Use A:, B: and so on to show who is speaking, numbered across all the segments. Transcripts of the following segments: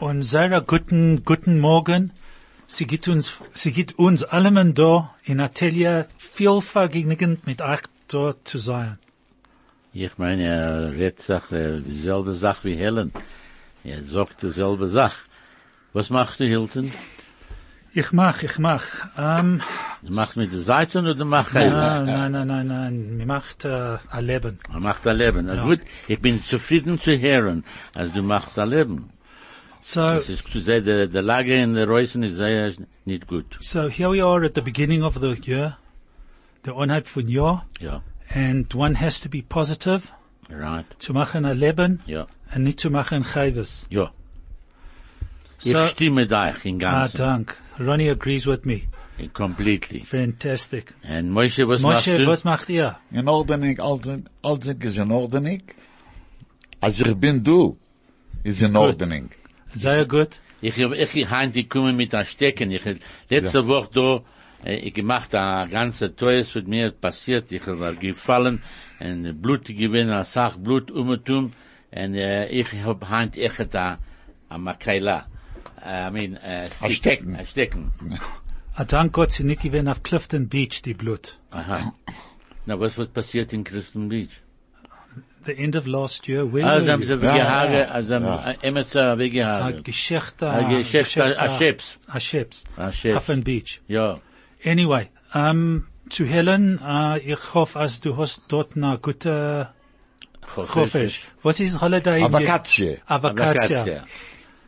A: an seiner guten, guten Morgen. Sie gibt uns, sie gibt uns allen da in Atelier viel vergnügend mit euch dort zu sein.
B: Ich meine, er redt Sach, äh, dieselbe Sach wie Helen. Er sagt dieselbe Sach. Was machst du, Hilton?
A: Ich mach, ich mach. Ähm,
B: Du machst mit der Seiten oder du machst
A: nein,
B: Heilig?
A: nein, nein, nein, nein. Mir macht äh, ein Leben.
B: Er macht ein Leben. Na
A: Ja.
B: gut, ich bin zufrieden zu hören, als du machst ein Leben.
A: So,
B: Es ist zu sehen, der, der Lage in der Reusen ist sehr nicht gut.
A: so here we are at the beginning of the year, the Einheit von Jahr,
B: Ja,
A: and one has to be positive
B: right.
A: zu machen ein Leben
B: Ja,
A: und nicht zu machen Chayves.
B: ja. Ich also.
A: So,
B: stimme dich in
A: ah,
B: Ganzen.
A: dank. Ronnie agrees with me.
B: Completely.
A: Fantastic.
B: And Moshe, was machst
A: Moshe,
B: du?
A: was macht ihr?
C: In Ordnung, alles, alles ist in Ordnung. Als ich bin du, ist in
A: gut.
C: Ordnung.
A: Sehr gut.
B: Ich hab, ich hand die kommen mit der Stecken. Ich hab letzte Woche da, äh, ich gemacht a ganze Teues mit mir passiert. Ich war gefallen und Blut gewinnen, a Sach Blut umgetum und äh, ich hab hand echt a, a Makaila. I mean, äh, Stick-
C: Stecken.
B: A Stecken.
A: Ah, dank Gott, sie nicht gewesen auf Clifton Beach, die Blut.
B: Aha. Na, was was passiert in Christen Beach?
A: The end of last year, where
B: Also haben
A: were you?
B: sie
C: Ja,
B: weggehaare,
C: ja.
B: also haben äh, Emerson
A: Ah,
B: weggehaare.
A: Geschichte.
B: Ah, Geschichte, ah, Chips.
A: Ah, Chips.
B: Ah, Chips.
A: Clifton Beach.
B: Ja.
A: Anyway, ähm, zu Helen, äh, ich hoffe, als du hast dort eine gute Hoffisch. Was ist Holiday? in-
C: Avakatie.
A: Avakatie.
B: Vakantia.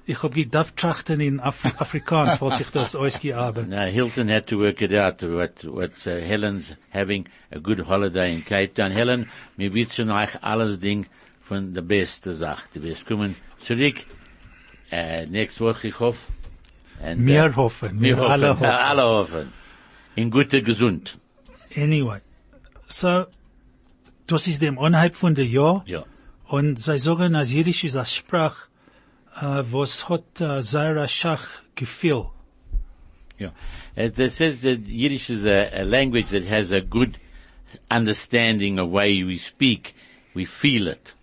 A: Ich hab gedacht, trachten in Af Afrikaans, wollte ich das ausgearbeitet.
B: Now, Hilton had to work it out, what, what uh, Helen's having a good holiday in Cape Town. Helen, wir wissen euch alles Ding von der beste Sache. Du wirst kommen zurück, äh, nächste Woche, ich hoffe. And,
A: Mir hoffen,
B: wir
A: mir alle
B: hoffen,
A: hoffen.
B: alle hoffen. In guter Gesund.
A: Anyway, so, das ist dem Anhalt von der Jahr.
B: Ja.
A: Und sie sagen, als Jiddisch ist eine Sprache, äh, was hat äh, Zaira Schach gefühl.
B: Yeah. It, it says that Yiddish is a, a language that has a good understanding of way we speak. We feel it.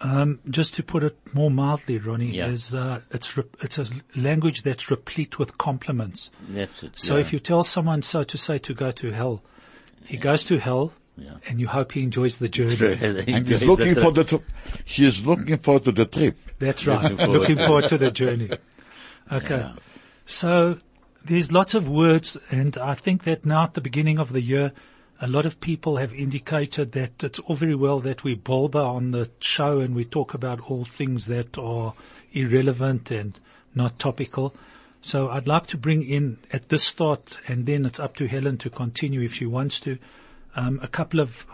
A: Um, just to put it more mildly, Ronnie,
B: Yeah.
A: is uh, it's re- it's a language that's replete with compliments.
B: That's it.
A: So
B: yeah.
A: if you tell someone so to say to go to hell, he goes to hell,
B: Yeah.
A: and you hope he enjoys the journey.
C: And he's looking for the, tr- he is looking for to the trip.
A: That's right.
B: Looking forward
A: Looking
B: to
A: forward to the journey. Okay. So there's lots of words and I think that now at the beginning of the year, a lot of people have indicated that it's all very well that we bulba on the show and we talk about all things that are irrelevant and not topical. So I'd like to bring in at this start and then it's up to Helen to continue if she wants to, um, a couple of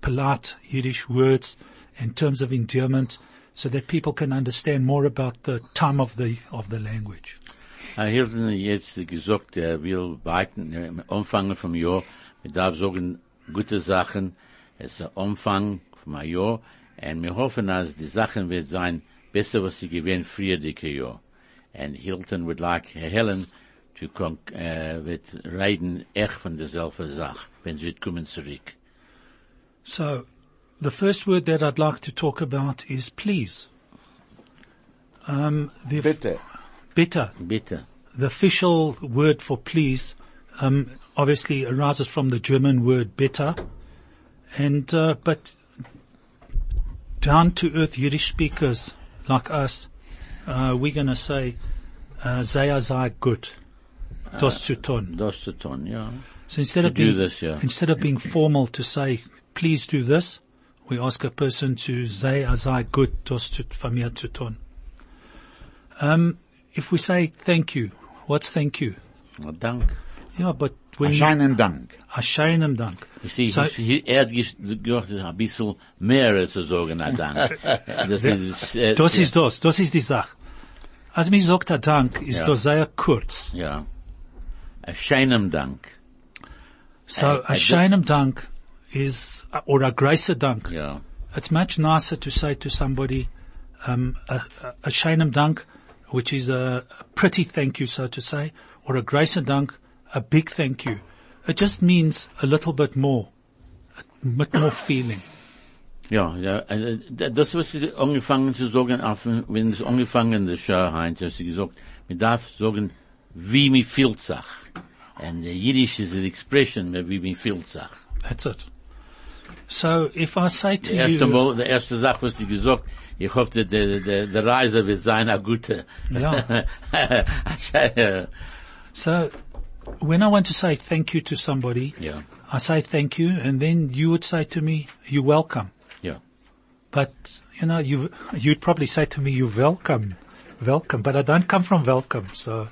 A: polite Yiddish words and terms of endearment so that people can understand more about the time of the, of the language.
B: Herr Hilton hat jetzt gesagt, er will weiten, äh, umfangen vom Jahr. Wir darf sagen, gute Sachen. Es ist ein Umfang vom Jahr. Und wir hoffen, dass die Sachen wird sein, besser, was sie gewähren, früher dicke Jahr. And Hilton would like Herr Helen to con äh, wird reden, echt von derselbe Sache, wenn sie wird kommen zurück.
A: So the first word that I'd like to talk about is please. Um, the
C: Bitte.
A: bitter.
B: Bitte.
A: The official word for please, um, obviously arises from the German word bitter. And, uh, but down to earth Yiddish speakers like us, uh, we're gonna say, uh, sehr, sehr gut. Das zu tun.
B: Das zu tun, ja.
A: So instead of
B: do
A: being,
B: this, yeah.
A: instead of being formal to say, please do this, we ask a person to say, as I good, das tut, von mir zu tun. Um, if we say thank you, what's thank you?
B: Na, Dank.
A: Yeah, but when you,
C: Scheinen Dank.
A: Erscheinen Dank.
B: You see,
A: So-
B: he, he, er hat ges- gesagt, ein bisschen mehr als zu sagen, na, Dank. Das ist, äh,
A: Das ist das, das ist die Sache. Als mir sagt a Dank, ist
B: Ja.
A: das sehr kurz.
B: Ja. A scheinem Dank.
A: So,
B: I- I
A: erscheinen Dank is, or a grace Dank.
B: Ja.
A: It's much nicer to say to somebody, um, a, a, a Shainem Dank, which is a, a pretty thank you, so to say, or a Grace Dank, a big thank you. It just means a little bit more, a bit more feeling.
B: Ja, ja, also, da- das, was sie angefangen zu sagen, auf- wenn es angefangen, der Schar Heinz, hat sie gesagt, man darf sagen, wie mir fühlt sich. And the Yiddish is an expression, wie mir fühlt sich.
A: That's it. So if I say to
B: Die
A: you,
B: erste, Mal, die erste Sache, was die gesagt, ich hoffe, der, der, der, der Reise wird sein, ein guter.
A: Ja. so when I want to say thank you to somebody,
B: ja,
A: I say thank you, and then you would say to me, you're welcome.
B: ja.
A: But, you know, you, you'd probably say to me, you're welcome. Welcome. But I don't come from welcome. So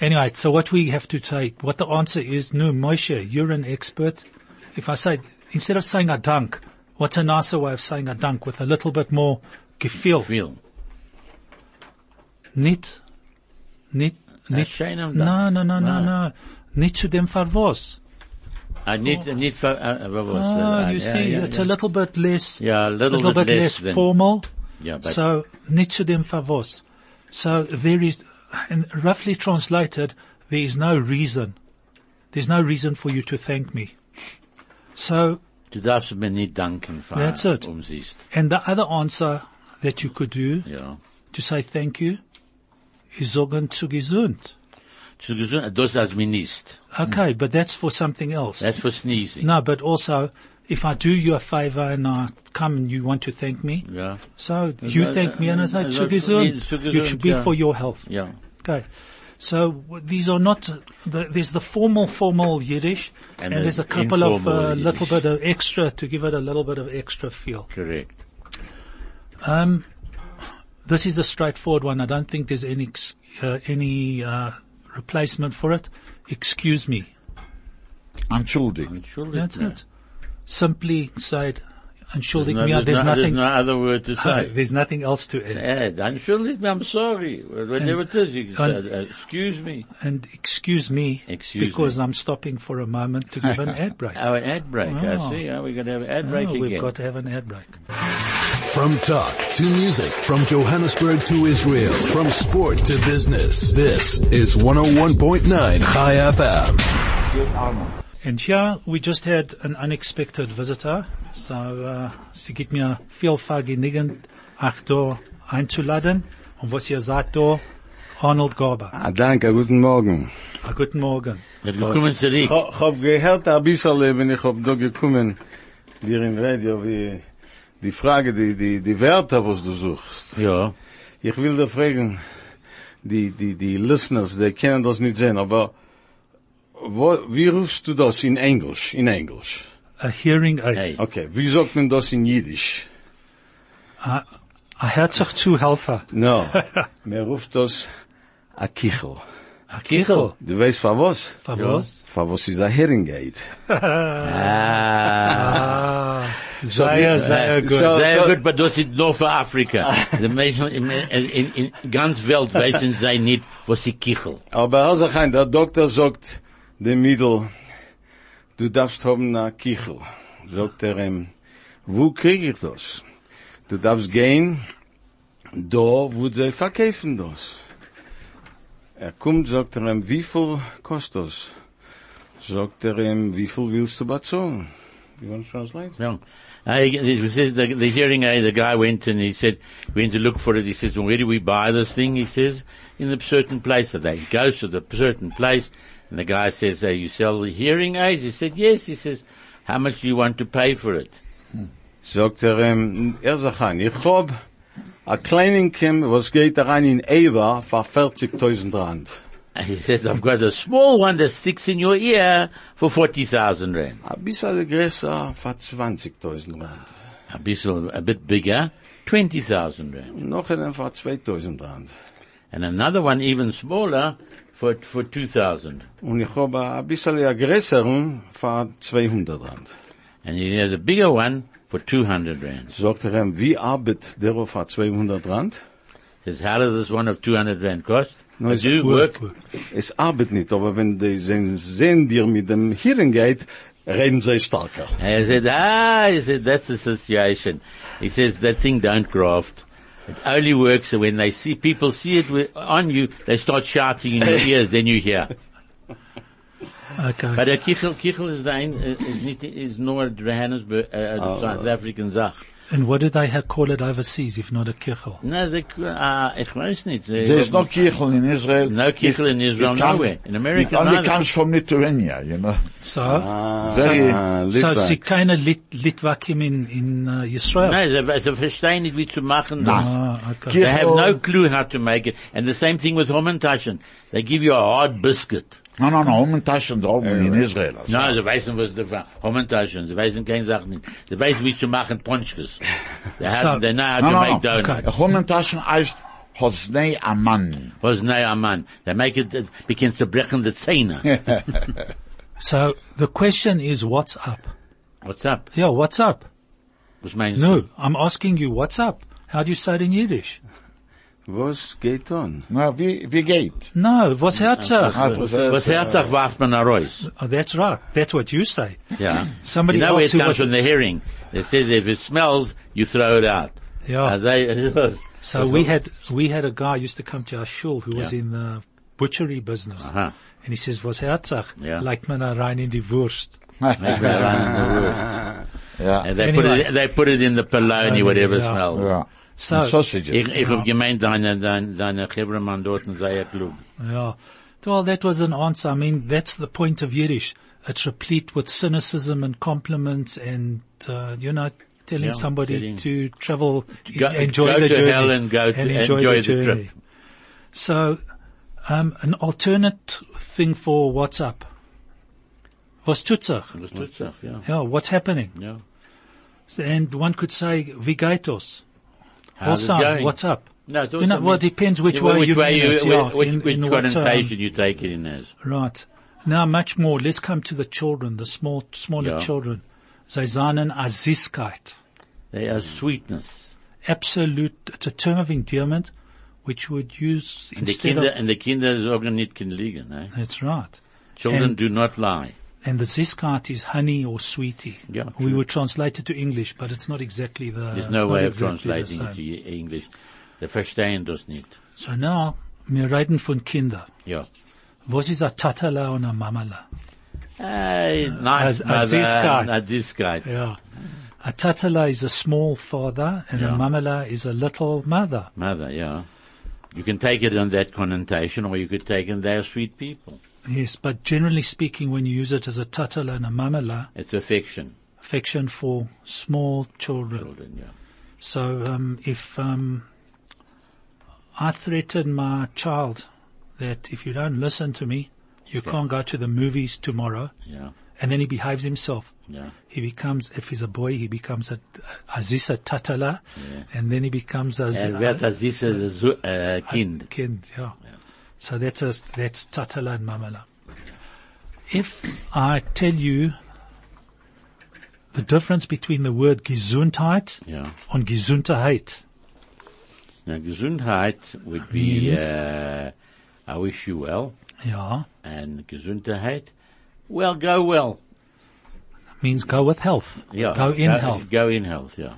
A: anyway, so what we have to take, what the answer is, no, Moshe, you're an expert. If I say, instead of saying a dunk, what's a nicer way of saying a dunk with a little bit more gefühl?
B: Viel.
A: Nicht, nicht,
B: Nicht
A: nicht.
B: schön am
A: No,
B: Tag.
A: no, no, no,
B: Nein.
A: no. Nicht zu dem Verwurz.
B: Nou, Ah, nicht, nicht, ver- ah, was, was,
A: Oh,
B: ah,
A: you
B: ja,
A: see,
B: ja,
A: it's
B: ja.
A: a little bit less.
B: Yeah, a little bit less than-
A: formal.
B: Yeah, but-
A: so nichts dem favos. So there is, and roughly translated, there is no reason. There's no reason for you to thank me. So,
B: Du darfst mir nicht danken, Frau,
A: That's it.
B: um siehst.
A: and the other answer that you could do
B: Ja.
A: to say thank you is sagen zu gesund.
B: Zu gesund, das als mir nicht.
A: Okay, but that's for something else.
B: Hmm. That's for sneezing.
A: no, but also, if I do you a favor and I come and you want to thank me,
B: Ja.
A: So you
B: that-
A: thank me and I say,
B: uh,
A: zu
B: that-
A: gesund.
B: zu
A: It
B: gesund,
A: should be
B: yeah.
A: for your health.
B: Ja.
A: Okay. So w- these are not, uh, the, there's the formal, formal Yiddish, and,
B: And the
A: there's a couple of,
B: informal
A: uh, little
B: Yiddish.
A: bit of extra to give it a little bit of extra feel.
B: Correct.
A: This is a straightforward one. I don't think there's any, ex- uh, any, uh, replacement for it. Excuse me.
C: Entschuldig.
B: Entschuldigt
A: That's
B: me. Nou,
A: it. Simply said, entschuldig
B: No,
A: me,
B: there's,
A: there's
B: no,
A: nothing, Ah,
B: there's no dus other word to say.
A: there's nothing else to add.
B: Eh, entschuldigt me, I'm sorry. Whatever it is, you can
A: And-
B: say, uh, excuse me.
A: And excuse me,
B: Excuse
A: because I'm stopping for a moment to give an ad break.
B: Our ad break,
A: Oh.
B: I see. Oh, we're going to have an ad break
A: Oh,
B: again.
A: We've got to have an ad break.
D: From talk to music, from Johannesburg to Israel, from sport to business, this is 101.9 High FM.
A: And here we just had an unexpected visitor. So, uh, sie gibt mir viel vergnügend, ach da einzuladen. Und was ihr sagt da, Arnold Garber.
E: Ah, danke, guten Morgen.
A: Ah, guten Morgen.
B: Dann kommen Sie
E: Ich
B: zurück.
E: hab gehört ein bisschen, wenn ich hab da gekommen, dir im Radio, wie die Frage, die, die, die Wörter, was du suchst.
B: Ja.
E: Ich will dir fragen, die, die, die Listeners, die kennen das nicht sehen, aber wo, wie rufst du das in Englisch, in Englisch?
A: A hearing aid.
B: Hey.
E: Okay, wie sagt man das in Jiddisch?
A: A herzog zu helfer.
E: No, man ruft das a Kichel.
A: A kichel.
E: Du weißt, für was?
A: Für was?
E: Für was ist a Herringate?
B: Ah.
A: Sehr, sehr gut.
E: Eh, So-
B: Sehr
E: so-
B: gut, aber das ist nur für Afrika. Die Menschen in, in, in, in ganz Welt wissen sie nicht, was sie kicheln.
E: Aber also kein, der Doktor sagt dem Mädel, du darfst haben na Kichel. Sagt er ihm, wo krieg ich das? Du darfst gehen, da wo sie verkaufen das. Er kommt, sagt er ihm, wie viel kostet das? Sagt er ihm, wie viel willst du bezahlen? You want to translate?
B: No. I, this is the, the hearing aid, the guy went and he said, went to look for it. He says, well, where do we buy this thing? He says, in a certain place. So they go to the certain place and the guy says, uh, you sell the hearing aids? He said, yes. He says, how much do you want to pay for it?
E: Sagt er ihm, er sagt ein, ich hab a kleinen Kim, was geht rein in Eva, für 40.000 Rand.
B: And he says, I've got a small one that sticks in your ear for 40,000 rand.
E: Ein bisschen größer, fast 20.000 Rand.
B: A bissel, a bit bigger, 20,000 rand.
E: Noch einen für 2.000 Rand.
B: and another one even smaller for for two thousand.
E: Und ich habe ein bisschen größeren für 200 Rand.
B: And he has a bigger one for two hundred rands.
E: Sagt er ihm, wie arbeitet der auf ein 200 Rand?
B: Says, how does this one of two hundred rand cost?
E: No,
B: I
E: it's
B: do work.
A: Work, work.
E: Es arbeitet nicht, aber wenn die sehen, sehen dir mit dem Hirn geht, reden sie stärker.
B: And I said, ah, he said that's association. He says that thing don't graft. It only works when they see people see it wi- on you. They start shouting in your ears. Then you hear.
A: Okay.
B: But der Kichel, Kichel is the ein, is nicht, is nur Johannesburg, uh, uh, South African Sach.
A: And what do they ha- call it overseas if not a kichel?
B: Na, the, uh, ich weiß nicht. they-
C: There's no Kirchel in Israel.
B: No Kichel in Israel,
C: It comes-
B: nowhere. In America,
C: It only
B: neither.
C: comes from Lithuania, you know.
A: So,
E: Ah,
C: Very,
A: so it's a kind of lit, Litvakim in, in uh, Israel.
B: Nein, sie, sie verstehen nicht, wie zu machen.
A: Ah, okay.
B: They have
C: Kichel-
B: no clue how to make it. And the same thing with Homentaschen. They give you a hard biscuit.
C: No, no, no, um Taschen drauf in Israel. also.
B: No, sie wissen, was der Homentaschen, sie wissen keine Sachen nicht. Sie wissen, wie zu machen Ponchkes. They,
A: So-
B: have, they know how
C: No,
B: to
C: no,
B: make
C: no.
B: donuts.
A: Okay.
C: A Homentaschen heißt Hosnei Aman.
B: Was nei a man. They make it, it begins to brechen the Zähne.
A: So the question is, what's up?
B: What's up?
A: Yeah, what's up?
B: Was meinst du?
A: No, I'm asking you, what's up? How do you say it in Yiddish?
E: Was geht on?
C: Na, wie, wie geht?
A: No, was Herzog?
C: Ah, was-
B: Was Herzog warf man a Reus?
A: Oh, that's right. That's what you say.
B: Yeah.
A: Somebody
B: you know where
A: else who
B: it comes
A: was-
B: from the herring. They says if it smells, you throw it out.
A: Yeah.
B: As they- it was-
A: So
B: that's
A: we
B: what-
A: had we had a guy used to come to our shul who was
B: Yeah.
A: in the butchery business,
B: Uh-huh.
A: and he says, "Was Herzog?
B: Yeah.
A: Like man rein in die Wurst."
B: Make it around the roof.
C: Ja.
B: And they put
A: Anyway.
B: it, they put it in the polony, whatever
A: Yeah.
B: smells.
C: Ja.
A: So-
B: Ich,
C: Sausages.
B: ich hab gemeint, deine, deine, deine Hebremann dort sei ja klug.
A: Yeah. Well, that was an answer. I mean, that's the point of Yiddish. It's replete with cynicism and compliments, and uh, you know, telling
B: Yeah,
A: somebody
B: telling-
A: to travel,
B: Go-
A: enjoy
B: go
A: the
B: to
A: journey,
B: hell and go to- enjoy the trip.
A: So, um, an alternate thing for what's up. Was tut sich?
B: Was tut das, ja.
A: Yeah, what's happening?
B: Ja.
A: So- And one could say, wie geht es?
B: How's
A: What's
B: it
A: up?
B: going?
A: What's up?
B: No, it's
A: You know,
B: also-
A: well, it depends which way
B: which
A: you
B: way
A: mean
B: you,
A: it, yeah,
B: which,
A: in-
B: which
A: in what, um,
B: connotation you take it in as.
A: Right. Now much more. Let's come to the children, the small, smaller
B: Yeah.
A: children. They seinen Azizkeit.
B: They are sweetness.
A: Absolute, it's a term of endearment which would use
B: And the
A: instead
B: kinder,
A: of,
B: and the kinder sagen nicht can liegen, eh?
A: that's right.
B: Children
A: And-
B: do not lie.
A: And the Ziskeit is honey or sweetie.
B: Yeah,
A: We
B: true.
A: would translate it to English, but it's not exactly the,
B: There's
A: it's
B: no
A: Uh, not
B: way of
A: exactly the
B: translating it to
A: same.
B: E- English. They verstehen das nicht.
A: So now, wir reden von Kinder.
B: Ja.
A: Was ist a Tatala und a Mamala?
B: Hey, nice
A: As-
B: mother,
A: as this guy.
B: and as this guy.
A: Yeah. A Tatala is a small father and a
B: Yeah.
A: Mamala is a little mother.
B: Mother, yeah. You can take it in that connotation, or you could take it they are sweet people.
A: Yes, but generally speaking, when you use it as a tatala and a mamala,
B: It's affection,
A: affection for small children.
B: children, yeah.
A: So um, if um, I threaten my child that if you don't listen to me, you can't go to the movies tomorrow,
B: Yeah,
A: and then he behaves himself.
B: yeah.
A: He becomes, if he's a boy, he becomes a azisa tatala, and then he becomes a,
B: And
A: a-
B: wer das ist, ist ein Su- äh, Kind.
A: kind, yeah. So that's a, that's tatala and mamala. If I tell you the difference between the word gesundheit
B: Yeah.
A: and gesundheit,
B: Now, Gesundheit would be,
A: Means?
B: uh, I wish you well.
A: yeah,
B: And Gesundheit, well, go well.
A: means go with health,
B: Yeah.
A: go in health.
B: Go in health, yeah.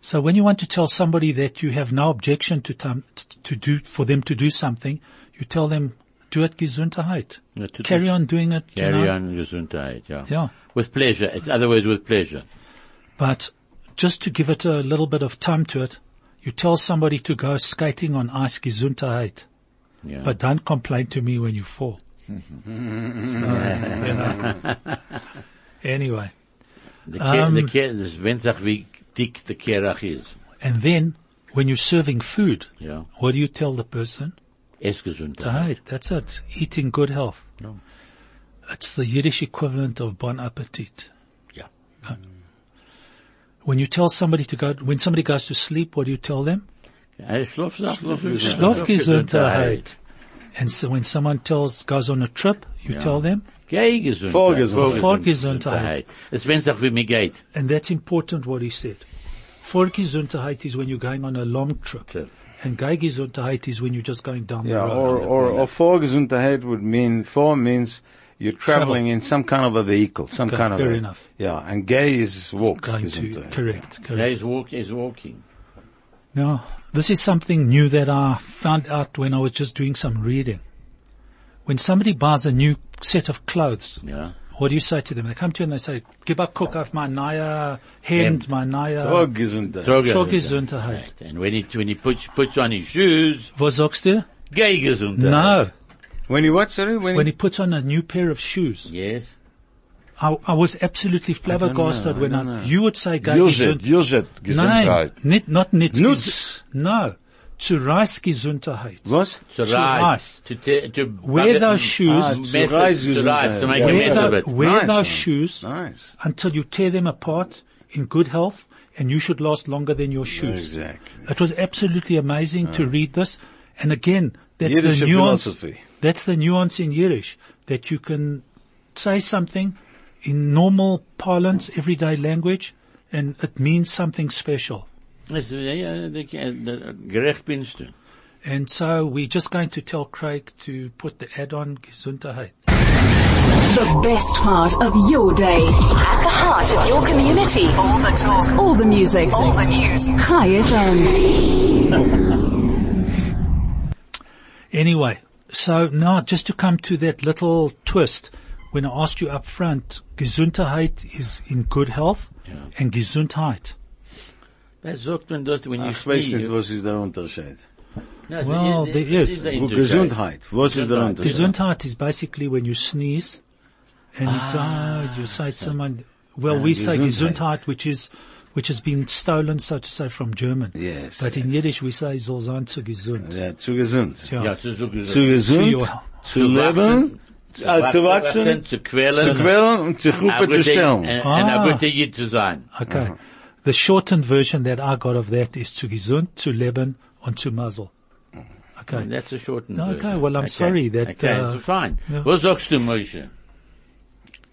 A: So when you want to tell somebody that you have no objection to tam, to do for them to do something, you tell them do it gesundheit.
B: Yeah, to do-
A: Carry on doing it. you
B: Carry
A: know.
B: on Gesundheit, yeah.
A: Yeah.
B: With pleasure. It's other words with pleasure.
A: But just to give it a little bit of time to it, you tell somebody to go skating on ice gesundheit,
B: Yeah.
A: but don't complain to me when you fall. so, you know. Anyway,
B: the ke-
A: um,
B: the ke- this Wenzach wie dick the Kerach is.
A: and then when you're serving food,
B: Yeah.
A: what do you tell the person?
B: Es Gesundheit.
A: Diet, that's it. Eat in good health.
B: No.
A: It's the Yiddish equivalent of bon appetit.
B: Yeah.
A: When you tell somebody to go, when somebody goes to sleep, what do you tell them?
B: Hey, Schlaf, sag, Schlaf,
A: Schlaf gesundheit. And so when someone tells, goes on a trip, you
B: Yeah.
A: tell them,
B: Geh gesund.
E: Vorgesundheit.
A: Vorgesundheit.
B: Es wenn's auch wie mir geht.
A: and that's important what he said. Vorgesundheit is when you're going on a long trip.
B: Trip.
A: And Geigesundheit is when you're just going down
E: Yeah,
A: the road.
E: or, or, or Vorgesundheit would mean, vor means you're traveling in some kind of a vehicle, some
A: Okay,
E: kind of
A: fair
E: a,
A: enough.
E: Yeah, and gay is walk.
A: going to,
E: Gesundheit.
A: correct,
B: Yeah,
A: correct.
B: he's walk, he's walking.
A: Now, this is something new that I found out when I was just doing some reading. When somebody buys a new set of clothes,
B: Yeah.
A: what do you say to them? They come to you and they say, "Give up, cook off my naya hemd, my naya."
E: Drug isn't that.
B: Trog-
A: Trog Gesundheit.
B: Right. And when he, when he puts, puts on his shoes,
A: Was sagst du?
B: gay Gesundheit.
A: No.
E: When you what, sorry? When,
A: When he puts on a new pair of shoes,
B: Yes.
A: I, I was absolutely flabbergasted
B: know, I
A: when
B: don't
A: I,
B: know.
A: you would say, "Go
C: Use it,
A: Gesund."
C: use it, Gesundheit.
A: Nein, nicht, not nicht.
E: Nutz.
A: No. Zu Reis Gesundheit.
E: What?
B: To
A: To
B: rise.
A: rise.
B: To, ta- to
A: Wear those shoes.
B: Ah,
A: To
B: mess it,
E: rise
B: to rise. To
E: Gesundheit.
B: make a
A: Wear,
B: mess of it.
A: tho- wear
E: Nice, man.
A: those shoes
E: Nice.
A: until you tear them apart in good health and you should last longer than your shoes.
E: Exactly.
A: It was absolutely amazing to read this. And again, that's
E: Ah. Yiddish
A: the nuance.
E: philosophy.
A: That's the nuance in Yiddish that you can say something in normal parlance, everyday language, and it means something special.
B: Yes, yeah, yeah, they can- the- Gerecht binst du.
A: And so we're just going to tell Craig to put the add on Gesundheit.
F: The best part of your day. At the heart of your community. All the talk. All the music. All the news. Hi FM.
A: Anyway, so now just to come to that little twist, when I asked you up front, Gesundheit is in good health and Gesundheit.
B: Wer sagt man das, wenn ich
E: Ich weiß
B: stehe?
E: nicht, was ist der Unterschied.
B: Das-
A: Well,
B: das-
A: there is.
B: das ist der
E: Wo
B: Unterschied.
E: Gesundheit. Was ist der
B: Gesundheit.
E: Unterschied?
A: Gesundheit is basically when you sneeze and
E: Ah,
A: uh, you say to someone, well, we say
E: Gesundheit.
A: Gesundheit, which is, which has been stolen, so to say, from German.
E: Yes,
A: But in
E: yes.
A: Yiddish, we say, soll sein zu gesund.
E: Ja, zu gesund.
A: Yeah.
B: Ja, zu, zu gesund.
E: Zu gesund,
A: Zu-
E: zu leben,
B: zu
E: äh, zu wachsen,
B: zu
E: zu
B: quälen,
E: quälen und zu Gruppe zu stellen.
B: Und
A: Ah.
B: ein guter Jid zu sein.
A: Okay.
E: Uh-huh.
A: The shortened version that I got of that is zu gesund, zu leben, und zu muzzle.
E: Mm-hmm.
A: Okay.
B: That's a short
A: No, Ah. Nou, okay,
B: version.
A: well, I'm sorry that,
B: Okay,
A: uh,
B: so fine.
A: yeah.
B: Was sagst du, Moshe?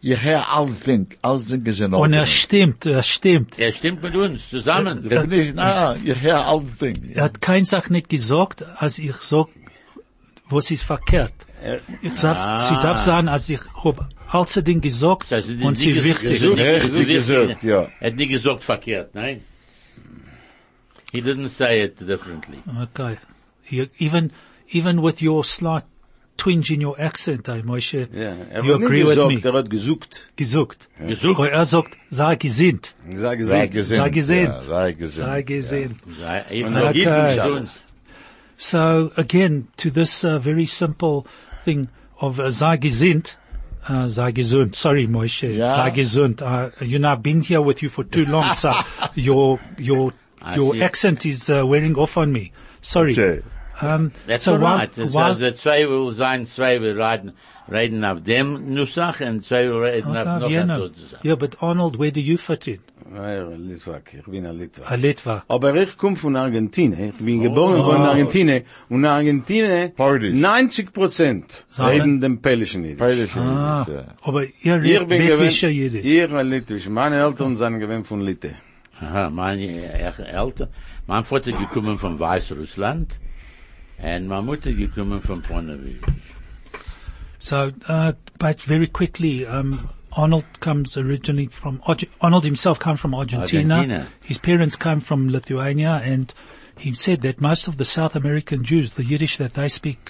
C: You hear Alting, Alting is in
A: Und
C: order.
A: er stimmt, er stimmt.
B: Er stimmt mit uns zusammen.
C: Red nicht, na, you hear Alting.
A: Er hat kein Sach nicht gesagt, als ich sag, was ist verkehrt. Ich darf, sie darf
E: Ah.
A: sagen, als ich hab außerdem gesagt,
B: Das heißt,
A: und
B: die- die-
A: sie wichtig.
B: gesund-
C: Richtig
B: gesund-
C: gesagt, ja.
B: Er hat nicht gesagt verkehrt, nein? He didn't say it differently.
A: Okay. You, Ah, even, even with your slight twinge in your accent, eh, Moshe,
E: Ja, er
A: you
E: hat
A: agree
E: nicht
A: with
E: gesagt,
A: me.
E: er hat gesucht.
A: Gesucht.
B: Gesucht.
A: Or er sagt, sei gesinnt.
E: Ich sage
C: Sei
E: gesucht.
C: gesund.
A: Sei gesund.
C: Ja, sei gesund.
A: Sei gesinnt.
B: Sei- Eben
E: Okay.
B: noch Jid mit uns.
A: So again, to this uh, very simple thing of uh, sei gesinnt, uh, sei gesund. Sorry, Moshe,
C: Yeah.
A: sei gesund. Uh, you know, I've been here with you for too long, so your your
B: I
A: your
B: see.
A: accent is uh, wearing off on me. Sorry.
C: Okay.
A: Um,
B: That's
A: so
B: all
A: why-
B: right. So
A: why-
B: the zwei will sein, zwei will reden, reden auf dem Nussach und zwei will reden
A: Okay,
B: auf noch
A: yeah,
B: ein
A: Oh, no.
B: Nussach.
A: yeah, but Arnold, where do you fit in?
E: Ja, Litvak, ich bin ein
A: A
E: Litvak.
A: Litva.
E: Aber ich komme von Argentinien. Ich bin
A: Oh.
E: geboren worden in Argentinien. Und in Argentinien,
C: Polish.
E: 90 Prozent
A: Sagen?
E: reden den Pelischen Jiddisch.
C: Polish
A: Ah,
C: is, uh,
A: aber ihr
E: Ich bin
A: Litwischer
E: gewinn,
A: Jiddisch.
E: ich ein Litwisch. Meine Eltern sind gewinn von Litte.
B: Aha, meine äh, Eltern, mein Vater gekommen von Weißrussland und meine Mutter gekommen von Pornowitsch.
A: So, uh, but very quickly, um, Arnold comes originally from, Arge- Arnold himself came from Argentina.
B: Argentina.
A: His parents came from Lithuania and he said that most of the South American Jews, the Yiddish that they speak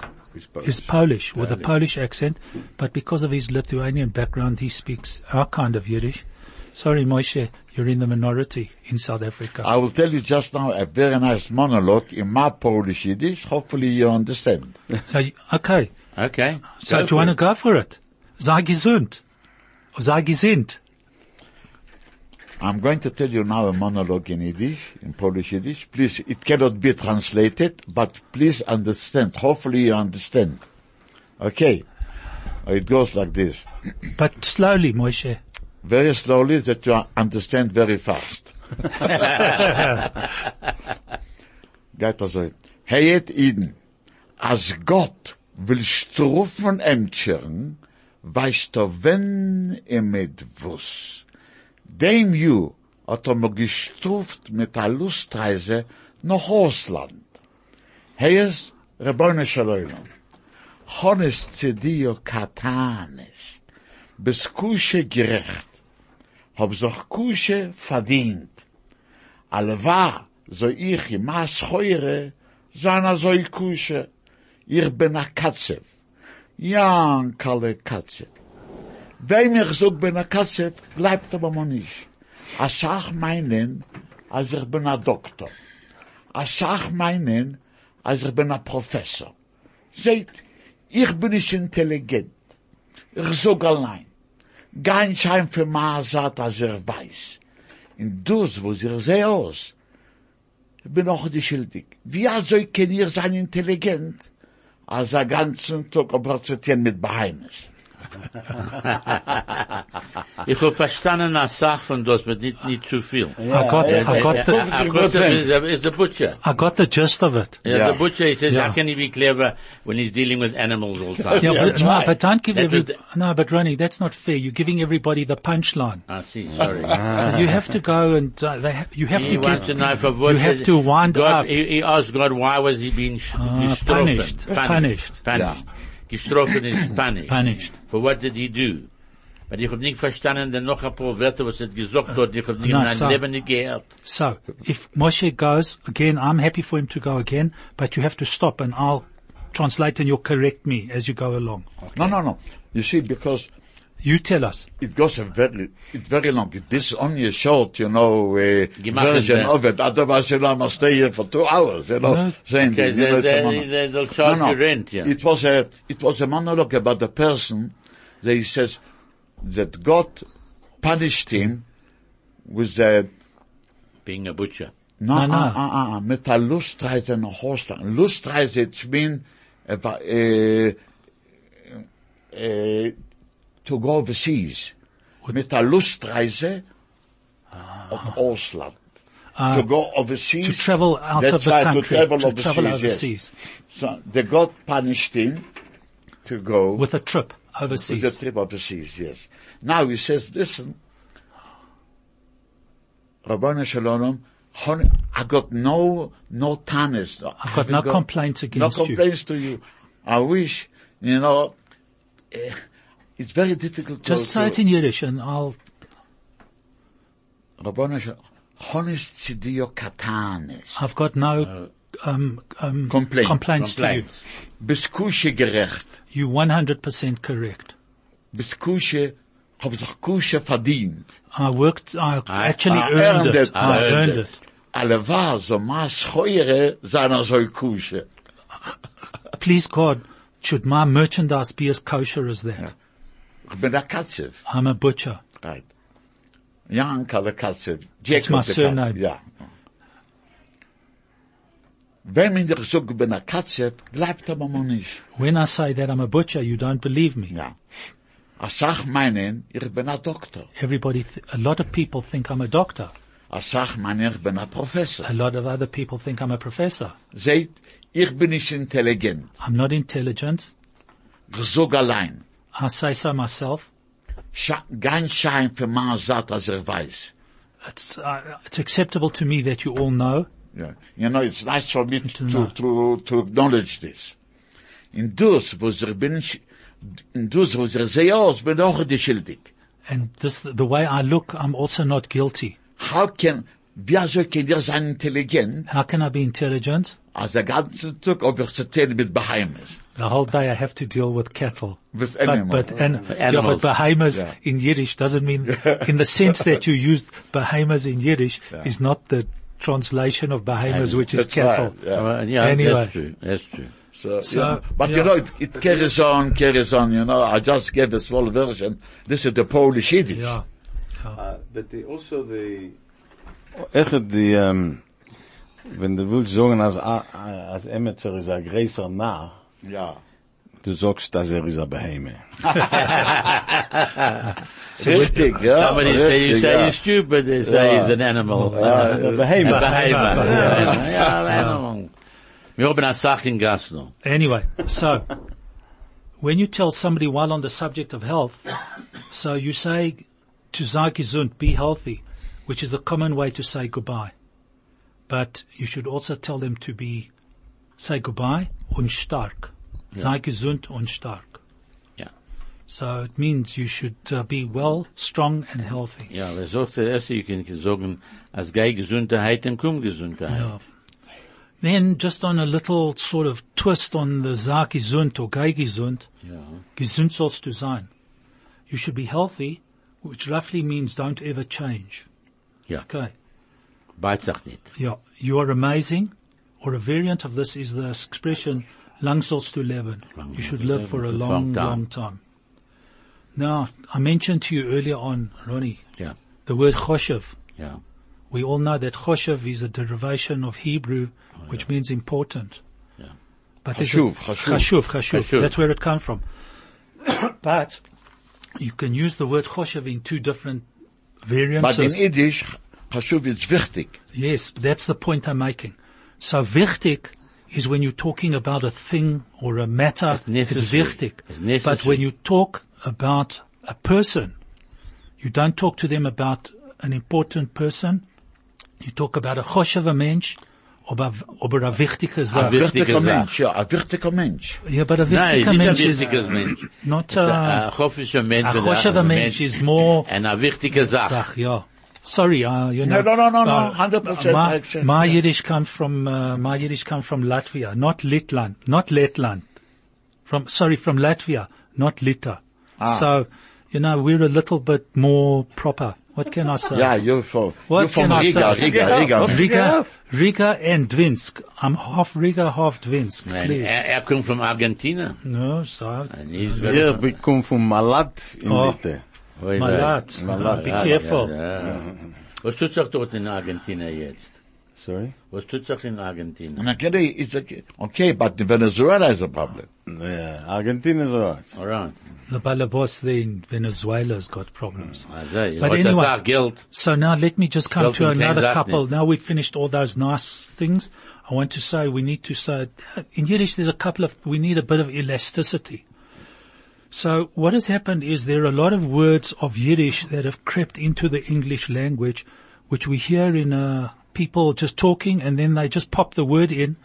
A: is Polish with a Polish accent, but because of his Lithuanian background, he speaks our kind of Yiddish. Sorry, Moshe, you're in the minority in South Africa.
C: I will tell you just now a very nice monologue in my Polish Yiddish. Hopefully you understand.
A: so, you- okay.
B: Okay.
A: So
B: Go
A: do you
B: for
A: want to
B: it.
A: go for it? Sei gesund. Or sei gesinnt.
C: I'm going to tell you now a monologue in Yiddish, in Polish Yiddish. Please, it cannot be translated, but please understand. Hopefully you understand. Okay. It goes like this.
A: But slowly, Moshe.
C: Very slowly that you understand very fast. Geht also. Heet Iden. Als Gott will strufen Ämtschern, weißt du, wenn er mit wuss. Dem Ju hat er mir gestruft mit der Lustreise nach Russland. Hees, Rebäune Shalom. Hones Zedio Katanes. bis kusche gerecht. Hab sich kusche verdient. Alwa, so ich im Maas heure, sana so ich kusche. Ich bin a Katze. Jankale Katze. Wenn ich such bin a Katze, bleibt aber man nicht. A Sach meinen, als ich bin a Doktor. A Sach meinen, als ich bin a Professor. Seht, ich bin nicht intelligent. Ich such allein. Kein Schein für ma sagt, als ich weiß. Und das, wo ich sehe aus, ich bin auch nicht schuldig. Wie er soll ich kann ich sein intelligent? als den ganzen Tag obrazitieren mit Beheimnis.
B: Ich habe verstanden eine Sache von das, aber nicht, nicht zu viel.
A: I got, I got the,
B: It's a butcher.
A: I got the gist of it.
B: Yeah,
C: Yeah.
B: The butcher, he says,
A: Yeah.
B: how can he be clever when he's dealing with animals all the time?
A: Yeah, but,
C: that's
A: no,
C: right.
A: but don't give
B: That
A: every,
B: was the-
A: no, but Ronnie, that's not fair. You're giving everybody the punchline.
B: I see, sorry.
A: You have to go and uh, they ha- you have
B: He
A: to
B: wants to
A: get
B: know for what
A: You have to wind
B: God,
A: up.
B: He, he asked God why was he being sh-
A: Ah,
B: gestroffen?
A: punished,
B: Punished. punished. Gestroffen is punished.
A: punished.
B: For what did he do? But ich hab nicht verstanden, denn noch ein paar Wörter, was er
A: Ah.
B: gesagt hat, ich hab nicht in
A: Na,
B: meinem
A: so.
B: Leben nicht gehört.
A: So if Moshe goes again, I'm happy for him to go again, but you have to stop and I'll translate and you'll correct me as you go along.
C: No, no, no. You see, because
A: You tell us.
C: it goes a very, it's very long. This is only a short, you know, uh,
B: Gemacht
C: version
B: is, uh,
C: of it. Otherwise, you know, I must stay here for two hours, you know,
A: No.
C: saying
B: Mhm. Okay,
C: this, you know,
B: they-
C: it's a
B: they-
C: mono-
B: they- they'll charge you rent, yeah.
C: It was a, it was a monologue about the person that he says that God punished him with a,
B: Being a butcher.
C: no,
A: No, no.
C: Ah, ah, ah, ah, mit der Lustreise nach Ostern. Lustreise, it's been, uh, uh, uh, to go overseas. Mit der Lustreise of Ostland. to go overseas.
A: Ah. Uh, To travel out
C: That's
A: of the
C: right,
A: country.
C: To travel
A: To
C: overseas,
A: travel
C: yes.
A: overseas.
C: So they got punished him to go
A: with a trip
C: with
A: overseas.
C: the trip overseas, yes. Now he says, listen, Rabbanu Shalom, hon- I got no, no tannis. I've
A: got no complaints against
C: No
A: you.
C: complaints to you. I wish, you know, eh, it's very difficult to...
A: Just say it in Yiddish and I'll,
C: Rabbanu Shalom, honis tzidio katanis.
A: I've got no, um, um,
C: Complaint.
A: complaints to you.
B: Complaints.
C: Biskushe gerecht.
A: You're 100% correct.
C: Biskushe, hab sich kushe verdient.
A: I worked, I actually
C: I
A: earned,
C: earned
A: it.
C: it.
A: I, earned it.
C: Aleva, so maß heure, seiner soll kushe.
A: Please God, should my merchandise be as kosher as that?
C: Ich bin der Katzev.
A: I'm a butcher.
C: Right. Janka the Katzev.
A: That's my surname.
C: Ja. Wenn man dich so bin der Katzev, bleibt aber man nicht.
A: When I say that I'm a butcher, you don't believe me.
C: Ja. Als sag meinen, ich bin ein Doktor.
A: Everybody, th- a lot of people think I'm a doctor.
C: Als sag meinen, ich bin ein Professor.
A: A lot of other people think I'm a professor.
C: Seht, ich bin nicht intelligent.
A: I'm not intelligent.
C: Ich sag allein.
A: I say so myself.
C: Scha- Kein Schein für mein Satz, als er weiß.
A: It's, uh, it's acceptable to me that you all know.
C: Yeah. You know, it's nice for me to, to,
A: not.
C: to, acknowledge this. In dus, wo sie bin, sch- in dus, wo sie sehr aus, bin auch die schuldig.
A: And this, the way I look, I'm also not guilty.
C: How can, wie soll kann ihr sein intelligent,
A: How can I be intelligent?
C: als der ganze Tag, ob ich zitiere mit Beheimnis?
A: The whole day I have to deal with cattle.
C: With
A: but,
C: animals.
A: but, and, yeah, but
B: Animals.
A: behemoths
C: Yeah.
A: in Yiddish doesn't mean, in the sense that you used behemoths in Yiddish is not the translation of behemoths, which is
C: That's right,
A: cattle.
C: yeah.
B: Well, yeah,
A: Anyway.
B: that's true. That's true.
C: So,
A: So,
C: you know, but you
A: yeah.
C: know, it, it carries on, carries on, you know, I just gave a small version. This is the Polish Yiddish.
A: Yeah.
E: Ah, but the, also the echt die ähm wenn du willst sagen als a- a- als Emetzer ist ein greiser Narr,
C: Yeah.
E: du sagst dass er ist ein Beheime.
A: Äh,
C: Richtig, ja.
B: Somebody say, you
C: richtig,
B: say
C: ja.
B: you're stupid, they say he's an animal.
E: Ein Beheime.
B: A behemoth. Yeah, yeah, an animal. Wir haben eine Sache in Gasno.
A: Anyway, so when you tell somebody while on the subject of health, so you say to sei gesund, be healthy, which is the common way to say goodbye. But you should also tell them to be say goodbye und stark. Sei gesund und stark.
B: Yeah.
A: So it means you should uh, be well, strong and healthy.
B: Ja, wer sagt der Erste, ich kann sagen, als Gei Gesundheit und Krumm Gesundheit.
A: Ja. Then just on a little sort of twist on the sag gesund or gei gesund,
B: Ja.
A: gesund sollst du sein. You should be healthy, which roughly means don't ever change.
B: Ja.
A: Okay.
B: Beizach nicht.
A: Yeah. You are amazing, or a variant of this is the expression lang sollst du leben.
B: Lang
A: You should
B: sollst du
A: live for a
B: leben,
A: long,
B: long time.
A: long time. Now, I mentioned to you earlier on, Ronnie,
B: Ja.
A: the word choshev.
B: Ja.
A: We all know that choshev is a derivation of Hebrew, which means important.
B: Oh, Yeah.
A: But there's a-
C: Chashuv, chashuv.
A: chashuv, chashuv.
B: Chashuv.
A: That's where it comes from. but you can use the word choshev in two different variants.
C: But in Yiddish, Hashuv is wichtig.
A: Yes, that's the point I'm making. So wichtig is when you're talking about a thing or a matter, it's
B: It's necessary.
A: wichtig.
B: It's necessary.
A: But when you talk about a person, you don't talk to them about an important person. You talk about a choshever mensch, aber, aber a
B: Ah,
A: wichtige
C: A
A: Sache.
B: wichtiger
C: wichtiger
B: Sache.
C: Mensch, ja, a wichtiger Mensch.
A: Yeah, but a
B: Nein,
A: wichtiger
B: nicht ein
A: mensch is
B: wichtiges Mensch.
A: not
B: It's a,
A: a,
B: a hoffischer Mensch.
A: a
B: oder
A: choshever mensch is more
B: And a wichtige Sache.
A: Sach, yeah. Sorry, uh, you know.
C: no, no, no, no,
A: uh,
C: 100%
A: my,
C: action.
A: My Yiddish come from, uh, my Yiddish come from Latvia, not Litland, not Letland. From, sorry, from Latvia, not Lita.
C: Ah.
A: So, you know, we're a little bit more proper. What can I say?
C: Ja, you're from,
A: What
C: you're from
A: can I
C: Riga,
A: say?
C: Riga, Riga.
A: Riga, Riga and Dvinsk. I'm half Riga, half Dvinsk,
B: And
C: eh?
A: please.
B: er, er kommt from Argentina.
A: No, so,
B: And he's
E: Yeah, we come from Malat in
A: Oh.
E: Litte.
B: Oi, oi.
A: Malat.
B: Malat,
A: Be
B: ja,
A: careful.
B: ja, ja. Was tut's auch dort in Argentina jetzt?
E: Sorry?
B: Was tut's auch in Argentina?
C: And again, it's okay, okay, but Venezuela is a problem.
E: Yeah, Argentina is alright.
B: Alright.
A: the Balabos there in Venezuela's got problems.
C: Ah,
B: Also, ich
A: But
B: wollte
A: anyway-
B: sagen, Geld.
A: So now let me just come
B: Welcome
A: to
B: to
A: another
B: Anxiety.
A: couple. Now we've finished all those nice things. I want to say we need to say, in Yiddish there's a couple of, we need a bit of elasticity. So what has happened is there are a lot of words of Yiddish that have crept into the English language, which we hear in, uh, people just talking and then they just pop the word in.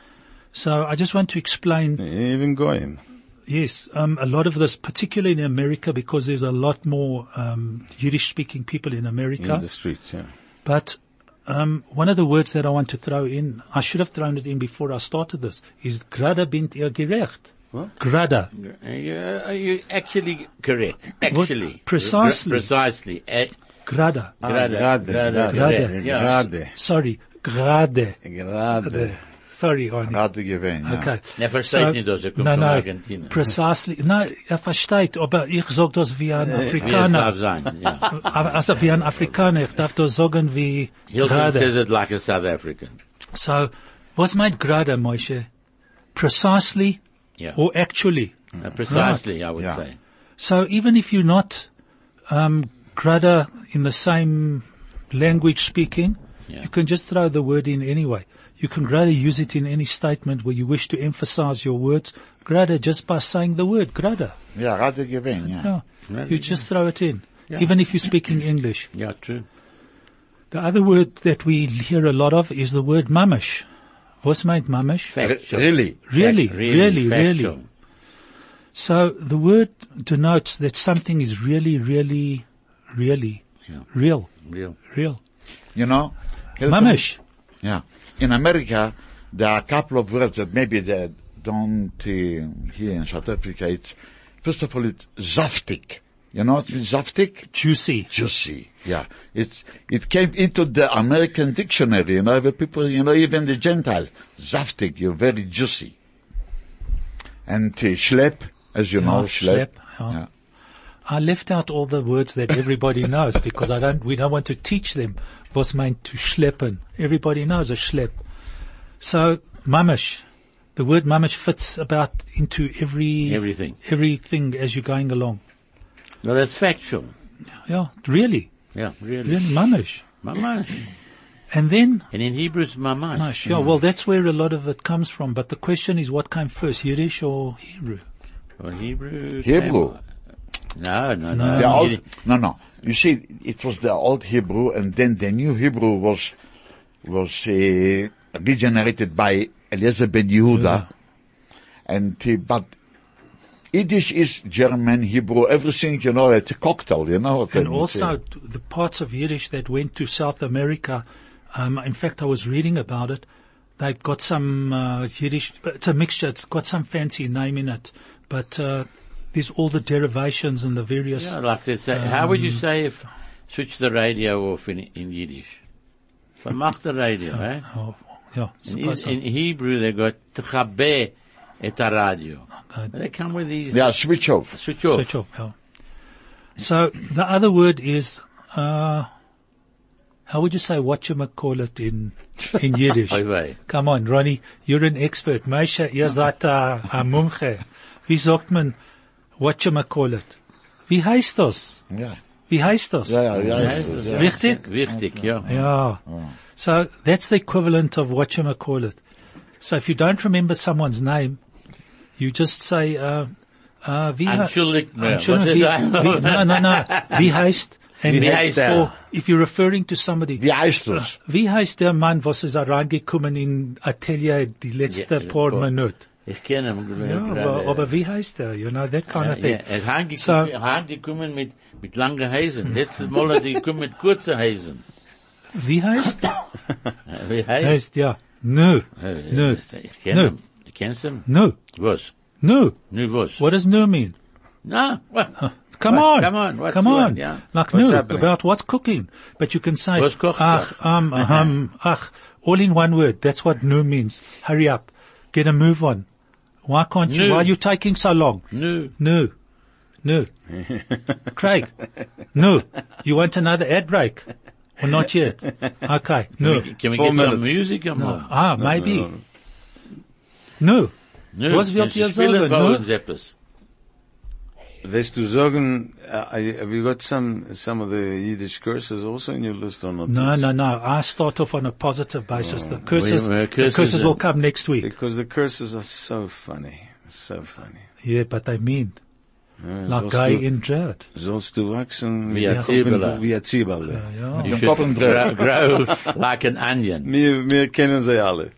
A: So I just want to explain
E: Even going.
A: Yes, um, a lot of this, particularly in America, because there's a lot more um, Yiddish-speaking people in America.
E: In the streets, yeah.
A: but um, one of the words that I want to throw in, I should have thrown it in before I started this, is "grada bint ihr gerecht." Grada.
B: Uh, you- You're actually correct. Actually.
A: Precisely.
B: Pre- Precisely. Eh,
A: Grada.
B: Gerade.
E: Gerade,
B: Gerade.
A: gerade.
B: Ja.
E: Gerade.
A: Sorry, grade.
E: Gerade.
A: Sorry, Arnie.
C: Had to give in, yeah.
A: Okay.
B: Er versteht nicht, dass er kommt
A: nein,
B: von
A: nein,
B: Argentina.
A: Precisely. Nein, er versteht, aber ich sag das wie ein
B: Wie es darf
A: Afrikaner.
B: sein, ja.
A: Aber also wie ein Afrikaner, ich darf das sagen wie
B: Hilton
A: gerade.
B: says it like a South African.
A: So, was meint gerade, Moshe? Precisely
B: Yeah.
A: or actually?
B: Uh, Precisely, I would
C: Yeah.
B: say.
A: So even if you're not um, gerade in the same language speaking,
B: Yeah.
A: you can just throw the word in anyway. You can gerade use it in any statement where you wish to emphasize your words. Gerade just by saying the word gerade.
C: Yeah, had to give in, yeah.
A: Yeah. You just throw it in. Even if you're speaking English.
B: Yeah, true.
A: The other word that we hear a lot of is the word mamish. Was meint mamish?
B: Factual.
C: really?
A: Really,
B: Fact-
A: really, really.
B: factual.
A: So the word denotes that something is really, really, really
B: Yeah.
A: real,
B: Real.
A: real.
C: You know?
A: Mamish.
C: Yeah. In America, there are a couple of words that maybe they don't uh, here in South Africa. It's, first of all, it's zaftig. You know what is zaftig?
A: Juicy.
C: Juicy. Yeah. It's, it came into the American dictionary, you know, the people, you know, even the Gentiles. Zaftig, you're very juicy. And uh, schlep, as you know,
A: Yeah,
C: schlep.
A: schlep, yeah. I left out all the words that everybody knows because I don't, we don't want to teach them what's meant to schleppen. Everybody knows a schlep. So mamish, the word mamish fits about into every,
B: Everything.
A: everything as you're going along.
B: No, that's factual.
A: Yeah, really,
B: Yeah, really.
A: really mamish.
B: Mamash.
A: And then
B: And in Hebrew it's mamash.
A: Nice. Yeah, well, that's where a lot of it comes from. But the question is, what came first, Yiddish or Hebrew?
B: Well, Hebrew.
C: Hebrew.
B: came- No, no, no.
C: The old,
B: Yiddish-
C: no, no. You see, it was the old Hebrew, and then the new Hebrew was was uh, regenerated by Eliezer ben Yehuda, and uh, but Yiddish is German, Hebrew, everything. You know, it's a cocktail. You know. what I
A: And
C: mean?
A: also the parts of Yiddish that went to South America. Um, in fact, I was reading about it. They've got some uh, Yiddish. It's a mixture. It's got some fancy name in it, but uh, there's all the derivations and the various.
B: Yeah, like they say, how would you say if switch the radio off in, in Yiddish? Vermach the radio, eh?
A: Oh, yeah.
B: In,
A: suppose so.
B: in Hebrew they got tchabe et a radio.
A: God.
B: They come with these
C: Yeah, switch off.
B: switch off.
A: Switch off, yeah. So the other word is, uh, how would you say whatchamacallit in, in Yiddish?
B: Oy vey.
A: Come on, Ronnie, you're an expert. Meisha, ihr seid a, a Mumche. Wie sagt man whatchamacallit? Wie heißt das?
C: Yeah.
A: Wie heißt das?
C: Yeah, yeah,
B: Ja,
C: it's-
B: ja,
C: yeah.
A: Richtig?
B: Wichtig, ja.
A: Yeah. So that's the equivalent of whatchamacallit. So if you don't remember someone's name, you just say, uh, uh, wie, he-
B: Entschuldigt me.
A: Entschuldigung,
B: Was ist
A: wie, wie,
B: das?
A: no, no, no. Wie heißt, and
B: Wie
A: that's
B: heißt er?
A: for- if you're referring to somebody,
C: Wie heißt das?
A: wie heißt der Mann, was ist reingekommen in Atelier die letzte
B: Ja,
A: paar
B: ja.
A: Minuten?
B: Ich kenne ihn.
A: Ja, aber, aber wie heißt er? You know, that kind of
B: Ja,
A: thing.
B: er hat
A: So-
B: gekommen, er hat gekommen mit, mit langen Häsen. Letztes Mal hat er gekommen mit kurzen Häsen.
A: Wie heißt?
B: Wie heißt? Äh,
A: heißt, ja. Nö.
B: Oh,
A: Nö.
B: Ich
A: Nö.
B: kenne ihn. Du kennst ihn?
A: Nö.
B: Was?
A: Nö.
B: Nu was?
A: What Ah. does nö mean?
B: Na, what?
A: Come
B: What?
A: on.
B: Come on. What
A: Come
B: do you
A: on.
B: want? Yeah.
A: Like
E: What's
A: no,
E: happening?
A: about what's cooking. But you can say,
B: Was kocht
A: ach,
B: er?
A: um, um, ach, all in one word. That's what no means. Hurry up. Get a move on. Why can't you,
B: No.
A: why are you taking so long?
B: Nu.
A: No. No. Craig. No. You want another ad break? Well, not yet. Okay. No.
B: Can we
E: Four
B: get some
E: minutes.
B: music? am Morgen?
A: Ah, maybe. No.
B: Nu,
A: Was wilt
B: ze
A: je
B: spelen
A: zeggen,
B: voor
A: nu?
B: ons etwas.
E: Weißt du sagen, uh, I, have you got some, some of the Yiddish curses also in your list or not?
A: No, no, no. I start off on a positive basis. The curses,
B: well,
A: the
B: curses
A: curses
B: are-
A: will come next week.
E: Because the curses are so funny. So funny.
A: Yeah, but I mean,
E: Ja,
A: like
E: sollst
A: guy
E: du-
A: in dirt.
E: Sollst du wachsen
B: Wie ein Zwiebele.
E: Wie ein Zwiebele.
A: Yeah.
B: You should grow, grow like an onion.
E: Wir, wir kennen sie alle.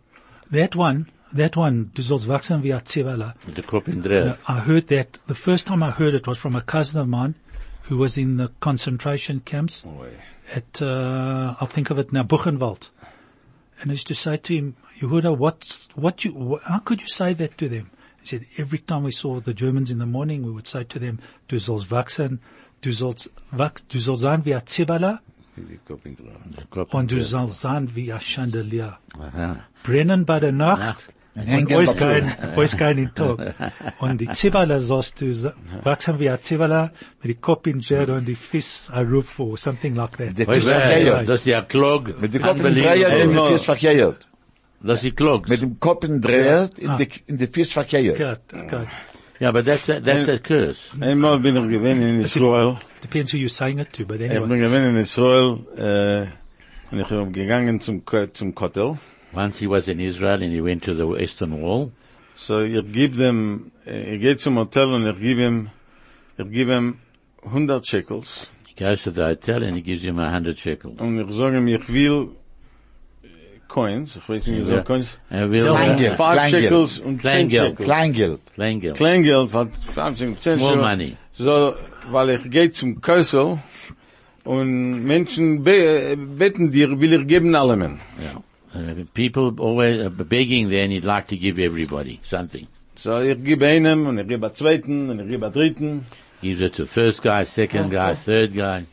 A: That one, that one, du sollst wachsen wie ein Zwiebel.
B: Mit der Kopf in Dreh.
A: I heard that, the first time I heard it was from a cousin of mine who was in the concentration camps at, uh, I'll think of it now, Buchenwald. And I used to say to him, Yehuda, what, what you, wh- how could you say that to them? He said, every time we saw the Germans in the morning, we would say to them, du sollst wachsen, du sollst, wach, du sollst sein wie ein Zwiebel
E: Die Kopfhörer.
B: Der Kopf in
A: und du
B: Dreh.
A: sollst sein wie ein Chandelier.
B: Aha.
A: brennen bei der Uh-huh. Nacht und
C: Hängen
A: alles
C: bei
A: kein, alles kein in Tag. Und die Zibala sollst du, sa- wachsen wie ein Zibala, mit dem Kopf in Jail und die Fiss a Roof or something like that.
C: Der
B: Weißt
C: Fisch
B: du,
C: verkehrt.
B: das ist ja Klog.
C: Mit dem Kopf in
B: Unbelievable.
C: Dreher, in der
E: Immer.
C: Fisch verkehrt.
B: Das ist Klog.
C: Mit dem Kopf in Dreher, in die,
B: Ah.
C: in die Fisch verkehrt.
A: Okay, okay.
B: Ja, but that's a, that's a curse.
E: Einmal bin ich gewesen in Israel.
A: Depends who you're saying it to, but
E: Ich
A: anyway.
E: bin gewesen in Israel, äh, und ich bin gegangen zum, Ko- zum Kotel.
B: Once he was in Israel and he went to the Western Wall.
E: So, ich gebe dem, äh, ich gehe zum Hotel und ich gebe ihm, ich gebe ihm 100 Shekels.
B: He goes to the hotel and he gives him a hundred shekels.
E: Und ich sage ihm, ich will äh, Coins, ich weiß nicht, ich
B: Ja.
E: sage Coins.
B: Er will
C: Kleingeld.
B: uh,
E: 5
C: Kleingeld.
E: Shekels und 10
B: Kleingeld.
E: Shekels.
C: Kleingeld.
B: Kleingeld.
E: Kleingeld, was 15, 10
B: Small
E: Euro.
B: money.
E: So, weil ich gehe zum Kösel und Menschen be äh, beten dir, will ich geben allem.
B: Yeah. Uh, people always are begging there and he'd like to give everybody something.
E: So, ich gebe einem und ich gebe zweiten und ich gebe dritten
B: Gives it to first guy, second guy, third guy.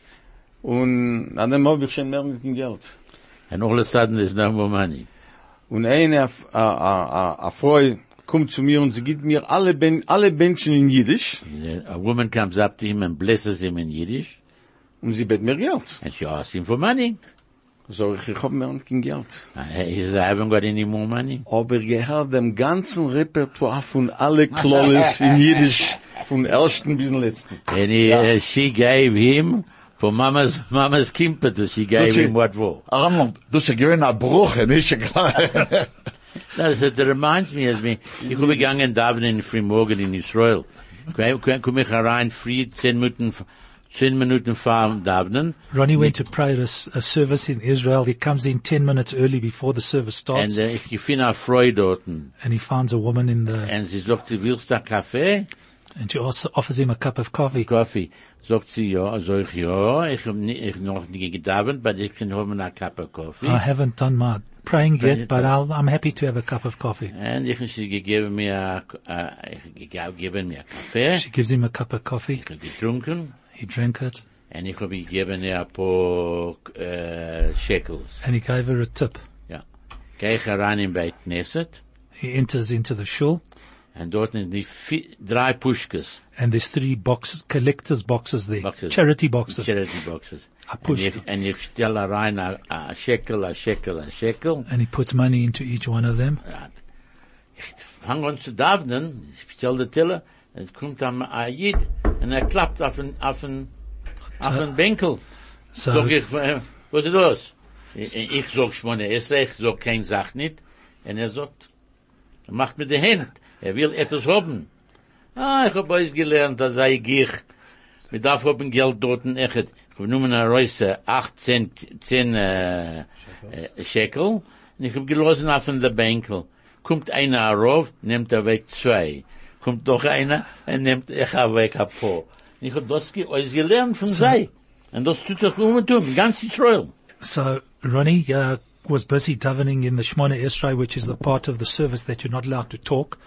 E: und an dem habe ich schon mehr mit dem Geld.
B: And all of a sudden there's no more money.
E: Und eine a, a, a, a Frau kommt zu mir und sie gibt mir alle, ben alle Menschen in Jiddisch
B: A woman comes up to him and blesses him in Yiddish
E: und sie bet mir Geld.
B: and she asks him for money.
E: So, ich, ich habe mehr mit dem Geld.
B: Uh, He says, I haven't got any more money.
E: Aber gehört dem ganzen Repertoire von alle Klolles in Jiddisch, von ersten bis zum letzten.
B: And he, uh, she gave him for mama's, mama's kimpetus. She gave
C: Does she-
B: him what for?
C: Ramon, du sie gewinnen a Bruch, nicht geklar.
B: No, so it reminds me, as me, ich bin gegangen daven in Frühmorgen in Israel. Komm ich herein, früh, zehn Minuten, zehn Minuten fahren davenen.
A: Ronnie went to pray at a, s- a service in Israel. He comes in 10 minutes early before the service starts
B: And uh, ich finde eine Freude dorten.
A: and he finds a woman in the,
B: And sie sagt, du willst da Kaffee?
A: and she also offers him a cup of coffee.
B: Kaffee. Sagt sie, ja, sag ich, ja, ich hab nie, ich noch nie gedauert, but ich kann haben a cup of
C: Ah,
B: coffee.
A: I haven't done my praying
B: it-
A: yet, but I'll, I'm happy to have a cup of coffee.
B: And ich, sie gegeben mir, a- a- ich gegeben mir Kaffee,
A: She gives him a cup of coffee.
B: ich hab getrunken,
A: He drank it
B: und ich hab gegeben ihr ein paar, äh, Shekels.
A: and he gave her a tip.
B: Ja. Gehe ich herein in bei Knesset,
A: He enters into the shul
B: und dort sind die vi- drei Puschkes,
A: and there's three boxes, collectors boxes there,
B: Boxes.
A: charity boxes.
B: Charity Boxes.
A: A
B: Und ich,
A: Puschke.
B: und ich stelle rein a, a eh, Shekel, a Shekel, a Shekel.
A: And he puts money into each one of them.
B: Ja. Ich fang an zu davnen, ich bestell die Tille, und es kommt am a Jid, und er klappt auf den, auf den, auf den Benkel.
A: So
B: Sag ich, von ihm, was ist das? Ich, ich sag Schmone Esra, ich sag kein Sach nicht, und er sagt, er macht mir die Hand, er will etwas haben. Ah, ich hab euch gelernt, da sei ich, wir darf haben Geld dort in Echet. Ich hab nur eine Reise, 18, 10 äh, äh, Shekel, und ich hab gelassen auf in der Bankel. Kommt einer herauf, nimmt er weg zwei. Kommt noch einer, er nimmt ich hab weg ab vor. Und Ich hab das ge euch gelernt von sei. Und das tut sich um und um, ganz Israel.
A: So Ronnie uh, was busy davening in the Shemona Esrei, which is the part of the service that you're not allowed to talk.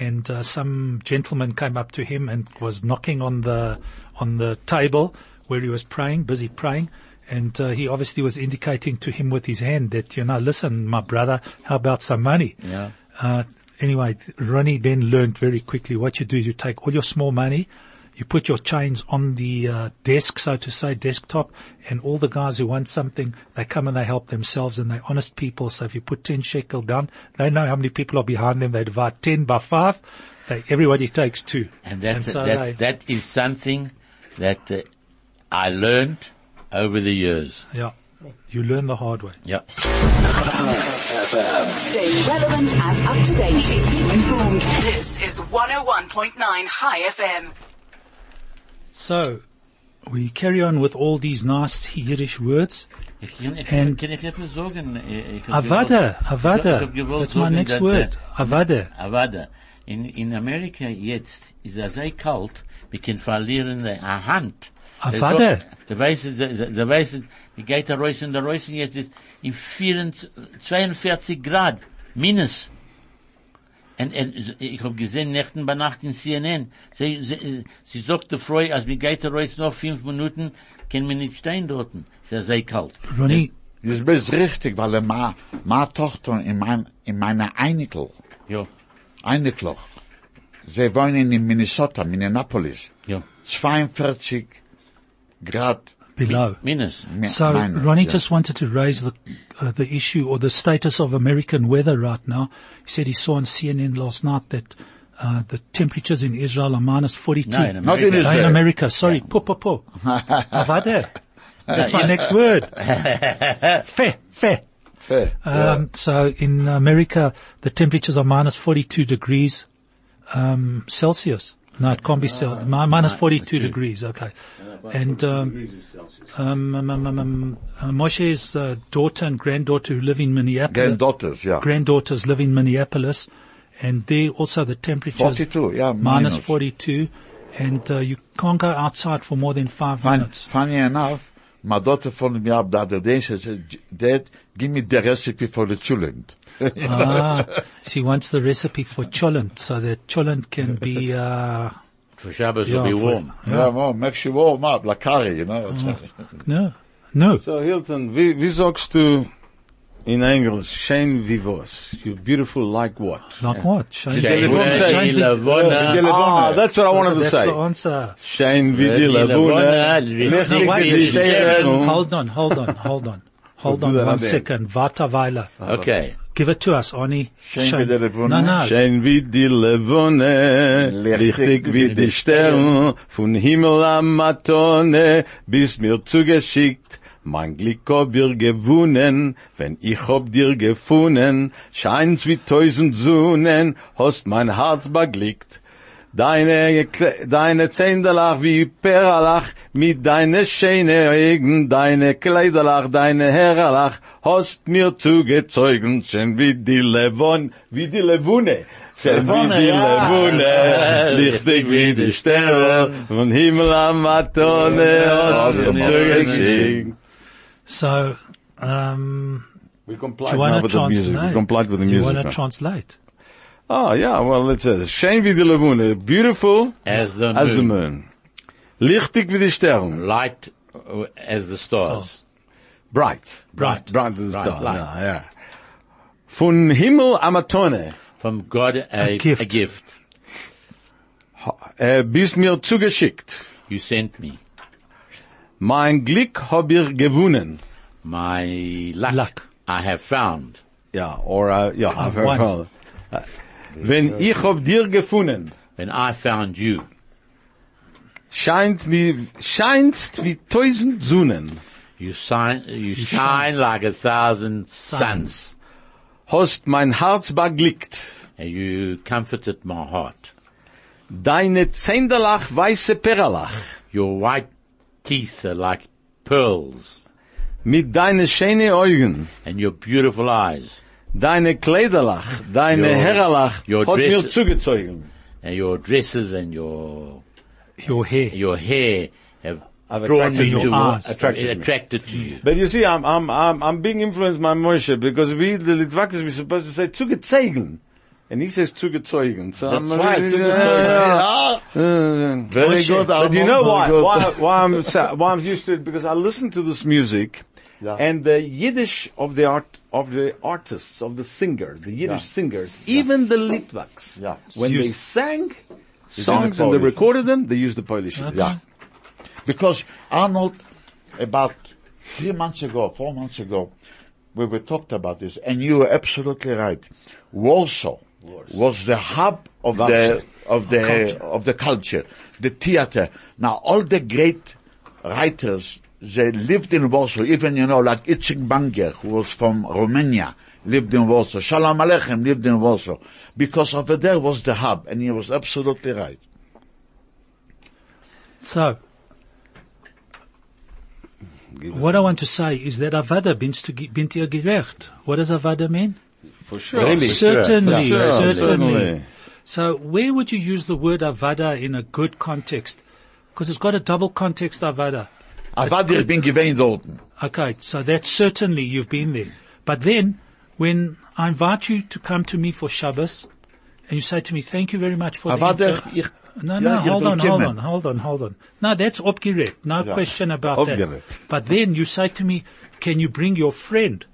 A: And uh, some gentleman came up to him and was knocking on the on the table where he was praying, busy praying. And uh, he obviously was indicating to him with his hand that you know, listen, my brother, how about some money?
B: Yeah.
A: Uh, anyway, Ronnie then learned very quickly what you do is you take all your small money, you put your chains on the uh, desk, so to say, desktop, and all the guys who want something, they come and they help themselves, and they're honest people. So if you put 10 shekel down, they know how many people are behind them. They divide 10 by 5. They, everybody takes two.
B: And that's,
A: so
B: that's,
A: they-
B: that is something that uh, I learned over the years.
A: Yeah. You learn the hard way.
B: Yeah.
F: Stay relevant and up to date. Keep you informed. This is 101.9 High FM.
A: So we carry on with all these nice Yiddish words.
B: Ich kann, ich,
A: And- Ah,
B: kann ich etwas sagen? äh, Ich, ich hab
A: Avada,
B: gewollt- Ich hab
A: avada.
B: gewollt
A: That's my
B: sagen,
A: next
B: that, uh,
A: word. Avada.
B: Avada. In, in Amerika jetzt ist er sehr kalt, wir können verlieren eine Hand.
A: Ah, Avada.
B: Der weiß, der weiß, die geht da raus und da raus und jetzt ist in 44 42 Grad, minus. Und, und ich hab gesehen, Nächten bei Nacht in CNN, sie, sie, sie sagte Freu, als wir geht da raus noch fünf Minuten, können wir nicht stehen dort. Es ist sehr kalt.
A: Ronnie,
C: Das ist richtig, weil ma, ma Tochter in mein, in meiner Einikel,
B: Ja,
C: Einikel, sie wohnen in Minnesota, Minneapolis,
B: ja,
C: 42 Grad.
A: below.
B: minus.
C: mi-
A: So
C: minus,
A: Ronnie
C: ja.
A: just wanted to raise the uh, the issue or the status of American weather right now. He said he saw on CNN last night that uh, the temperatures in Israel are minus 42.
B: No, in
C: Not
A: No,
B: America.
C: in
A: in
C: Israel.
A: America. Sorry, po po po. Avada. That's my next word. Fe fe.
C: Fair.
A: Um, so in America, the temperatures are minus 42 degrees um, Celsius. No, it can't be Cel-
C: Ah,
A: mi- minus 42 degrees. Okay, and um, um, um, um, um, um, uh, Moshe's uh, daughter and granddaughter who live in Minneapolis.
C: Granddaughters, yeah.
A: Granddaughters live in Minneapolis, and there also the temperatures
C: 42, yeah,
A: minus
C: minus.
A: 42, and uh, you can't go outside for more than five
C: Fun,
A: minutes.
C: funny enough, my daughter phoned me up the other day. She said, "J- "Dad, give me the recipe for the children."
A: Ah, she wants the recipe for cholent so that cholent can be uh
B: For Shabbos
A: yeah,
B: will be
A: for-
B: warm.
C: Yeah, well, makes you warm up like curry, you know. It's-
A: Mm-hmm. No. No.
E: So Hilton, wie, wie sagst du in Englisch, schön wie was? You're beautiful like what?
A: Like what? Shane-
B: Shane,
A: Shane-
E: Shane-
A: Shane-
B: Ilavona.
C: Ilavona.
E: Ah, that's what I wanted to
A: Oh, That's
E: say.
A: the answer.
E: Schön wie die
B: Ilavona,
E: Lagune.
B: Ilavona,
A: No, wait,
E: Ilavona.
B: Ilavona.
E: Ilavona.
A: Shane, Hold on, hold on, hold on. Hold
E: We'll
A: on
E: do that
A: one
E: at the
A: second. Vata Weiler.
B: Okay.
A: Give it to us, Arnie.
C: Shane
A: Shane.
C: with the Levona.
A: No, no.
E: Schön wie die Levone,
C: Lichtig
E: lichtig
C: wie
E: wie die Sterne, von Himmel am Matone, bis mir zugeschickt, mein Glück hab ihr gewonnen, wenn ich hab dir gefunden, scheint's wie tausend Sonnen, hast mein Herz beglückt. Deine, Kle- deine Zehnderlach wie Perlach, mit deine schöne Augen, deine Kleiderlach, deine Herrlach, hast mir zugezeugen, schön wie die Levon, wie die Levune. Schön
C: Levone,
E: wie die
C: ja.
E: Levune, lichtig wie die Sterne, von Himmel am Matone, hast
C: Ja,
E: mir
C: ja.
E: zugeschickt.
A: So, um, do
E: We
A: you
E: complied
A: want to
E: with the music. We
A: translate?
E: complied with the
A: do you
E: music.
A: want
E: now.
A: to translate?
E: Ah, yeah, well, it says, Shane wie die Levune, beautiful
B: As the
E: as the
B: moon.
E: moon. Lichtig wie die Sterne,
B: Light uh, as the stars.
E: bright.
B: Bright.
E: Bright as the
B: Bright,
E: stars.
B: light.
E: Yeah, yeah. Von Himmel Amatone,
B: From God, a,
A: A gift.
B: a gift
E: äh, bist mir zugeschickt.
B: you sent me.
E: Mein Glück hab ich gewonnen.
B: My luck,
A: Luck.
B: I have found.
E: Ja, or, uh, ja, I've heard
A: one.
E: from- Uh, Wenn ich hab dir gefunden,
B: When I found you,
E: scheint wie, scheinst wie tausend Sonnen.
B: you shine, you, shine, like a thousand suns.
E: Hast mein Herz beglückt.
B: And you comforted my heart.
E: Deine Zänderlach weiße Perlach.
B: Your white teeth are like pearls.
E: mit deine schöne Augen,
B: And your beautiful eyes.
E: deine Kleiderlach, deine
B: Your-
E: Herrlach,
B: your
E: hat
B: dress-
E: mir zugezogen.
B: And your dresses and your,
A: Your hair.
B: your hair have
E: Have
B: drawn
E: attracted
B: me
A: you.
B: to
A: Your eyes.
B: attracted,
E: Attracted me.
B: attracted to you.
E: But you see, I'm, I'm, I'm, I'm being influenced by Moshe because we, the Litvakis, we're supposed to say zugezogen. And he says zugezogen. So I'm,
C: That's right.
E: Yeah, yeah,
C: Yeah.
E: yeah.
C: Very
E: Moshe.
C: good,
E: But you
C: Armand,
E: know
C: very
E: why?
C: good.
E: Why, why I'm, sa- why I'm used to it? Because I listen to this music.
C: Yeah.
E: And the Yiddish of the art, of the artists, of the singer, the Yiddish
C: Yeah.
E: singers, even the Litvaks,
C: Yeah.
E: when
A: It's
E: they
A: used-
E: sang songs
C: in
E: and they
C: Polish.
E: recorded them, they used the Polish. Yiddish.
C: Yeah. Because Arnold, about three months ago, four months ago, we were talked about this, and you were absolutely right. Warsaw, was the hub of
E: Warsaw.
C: the of the of the culture, the theater. Now all the great writers they lived in Warsaw. Even you know, like Itzhak Banger, who was from Romania, lived in Warsaw. Shalom Aleichem lived in Warsaw because over there was the hub, and he was absolutely right.
A: So, what I want to say is that Avada binst du- bint ihr gerecht. What does Avada mean?
E: For sure.
B: Really?
A: Certainly,
E: Sure,
A: certainly.
E: certainly.
A: So where would you use the word avada in a good context? Because it's got a double context, avada.
C: Avadir bin gewähnt dort.
A: Okay, so that's certainly you've been there. But then, when I invite you to come to me for Shabbos, and you say to me, thank you very much for the...
C: Avadir,
A: inter-
C: ich,
A: No,
C: Ja,
A: no,
C: you're
A: hold on,
C: gonna kill
A: hold
C: me.
A: on, hold on, hold on. No, that's opgerect. No
C: Yeah.
A: question about
E: Opgerekt.
A: that. But then you say to me, can you bring your friend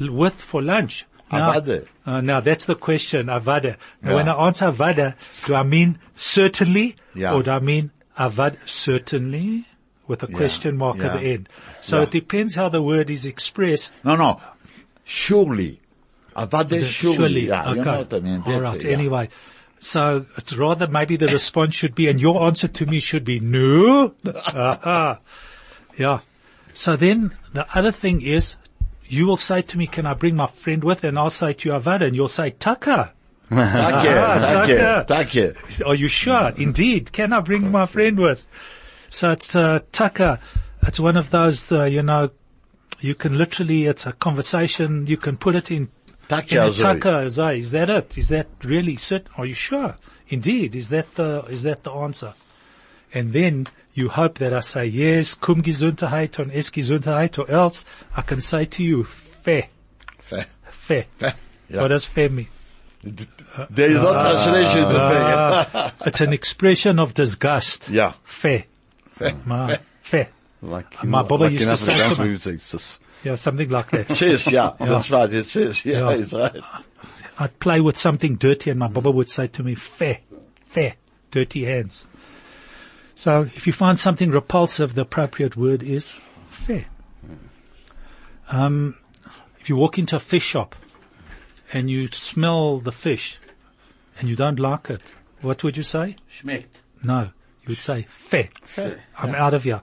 A: l- with for lunch? Now-
C: Avada.
A: Uh, now that's the question, avada. Now when I answer avada, do I mean certainly?
C: Yeah.
A: Or do I mean avada certainly? With a question mark at the
C: Yeah.
A: end. So it depends how the word is expressed.
C: No, no. Surely. Avade surely. Yeah,
A: okay.
C: you know what I mean.
A: All
C: That's
A: right.
C: it, yeah.
A: Anyway, so it's rather maybe the response should be, and your answer to me should be no. Aha. Yeah. So then the other thing is, you will say to me, "Can I bring my friend with?" And I'll say to you, "Avada," and you'll say, "Taka."
C: Thank you,
A: Ah,
C: thank you,
A: danke.
C: thank you.
A: Are you sure?
C: Mm-hmm.
A: Indeed. Can I bring my friend with? So it's uh, Tucker. It's one of those, uh, you know, you can literally, it's a conversation. You can put it in
C: Taka
A: in a
C: Azoi.
A: Tucker Azoi. Is that it? Is that really sit? Are you sure? Indeed. Is that the is that the answer? And then you hope that I say yes, kum gesundheit und es gesundheit, or else I can say to you, fe, fe.
C: yeah.
A: What does fe mean?
C: There is no translation to pay.
A: Ah, it's an expression of disgust.
C: Yeah.
A: Fair. Ma, fair.
E: Like,
A: My Baba
E: like
A: used to
E: in Afrikaans,
A: say to me-
E: we would say, "Sis."
A: Yeah, something like that.
C: Cheers, yeah. That's right, it says,
A: Yeah.
C: yeah, it's right.
A: I'd play with something dirty and my Baba would say to me, fair, fair, dirty hands. So if you find something repulsive, the appropriate word is fair. Um, if you walk into a fish shop and you smell the fish and you don't like it, what would you say?
B: Schmeckt.
A: No, you would say fair. I'm out of here.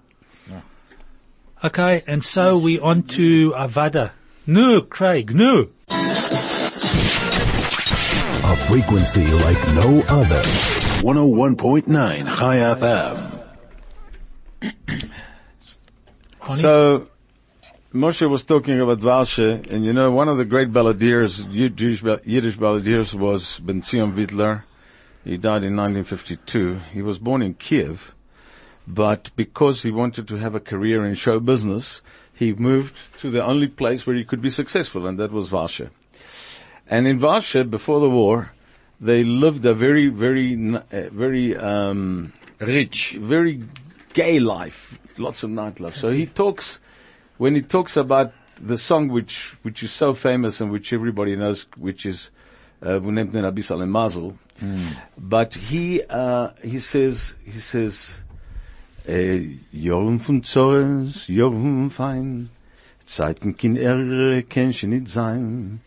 A: Okay, and so we on to Avada. No, Craig, no.
D: A frequency like no other. 101.9 High FM.
E: So, Moshe was talking about Valshe, and you know, one of the great balladeers, Yu- Jewish, ba- Yiddish balladeers was Ben Zion Widler. He died in 1952. He was born in Kiev, but because he wanted to have a career in show business, he moved to the only place where he could be successful, and that was Valshe. And in Varsha, before the war, they lived a very, very, n- uh, very, um, rich, very gay life. Lots of nightlife. So he talks, when he talks about the song which, which is so famous and which everybody knows, which is, uh, "Wo nehmt men a bissel en Mazel. But he, uh, he says, he says, Äh, Jorn von Zorns, Jorn fein, Zeiten kin Ärger, kennst nicht sein.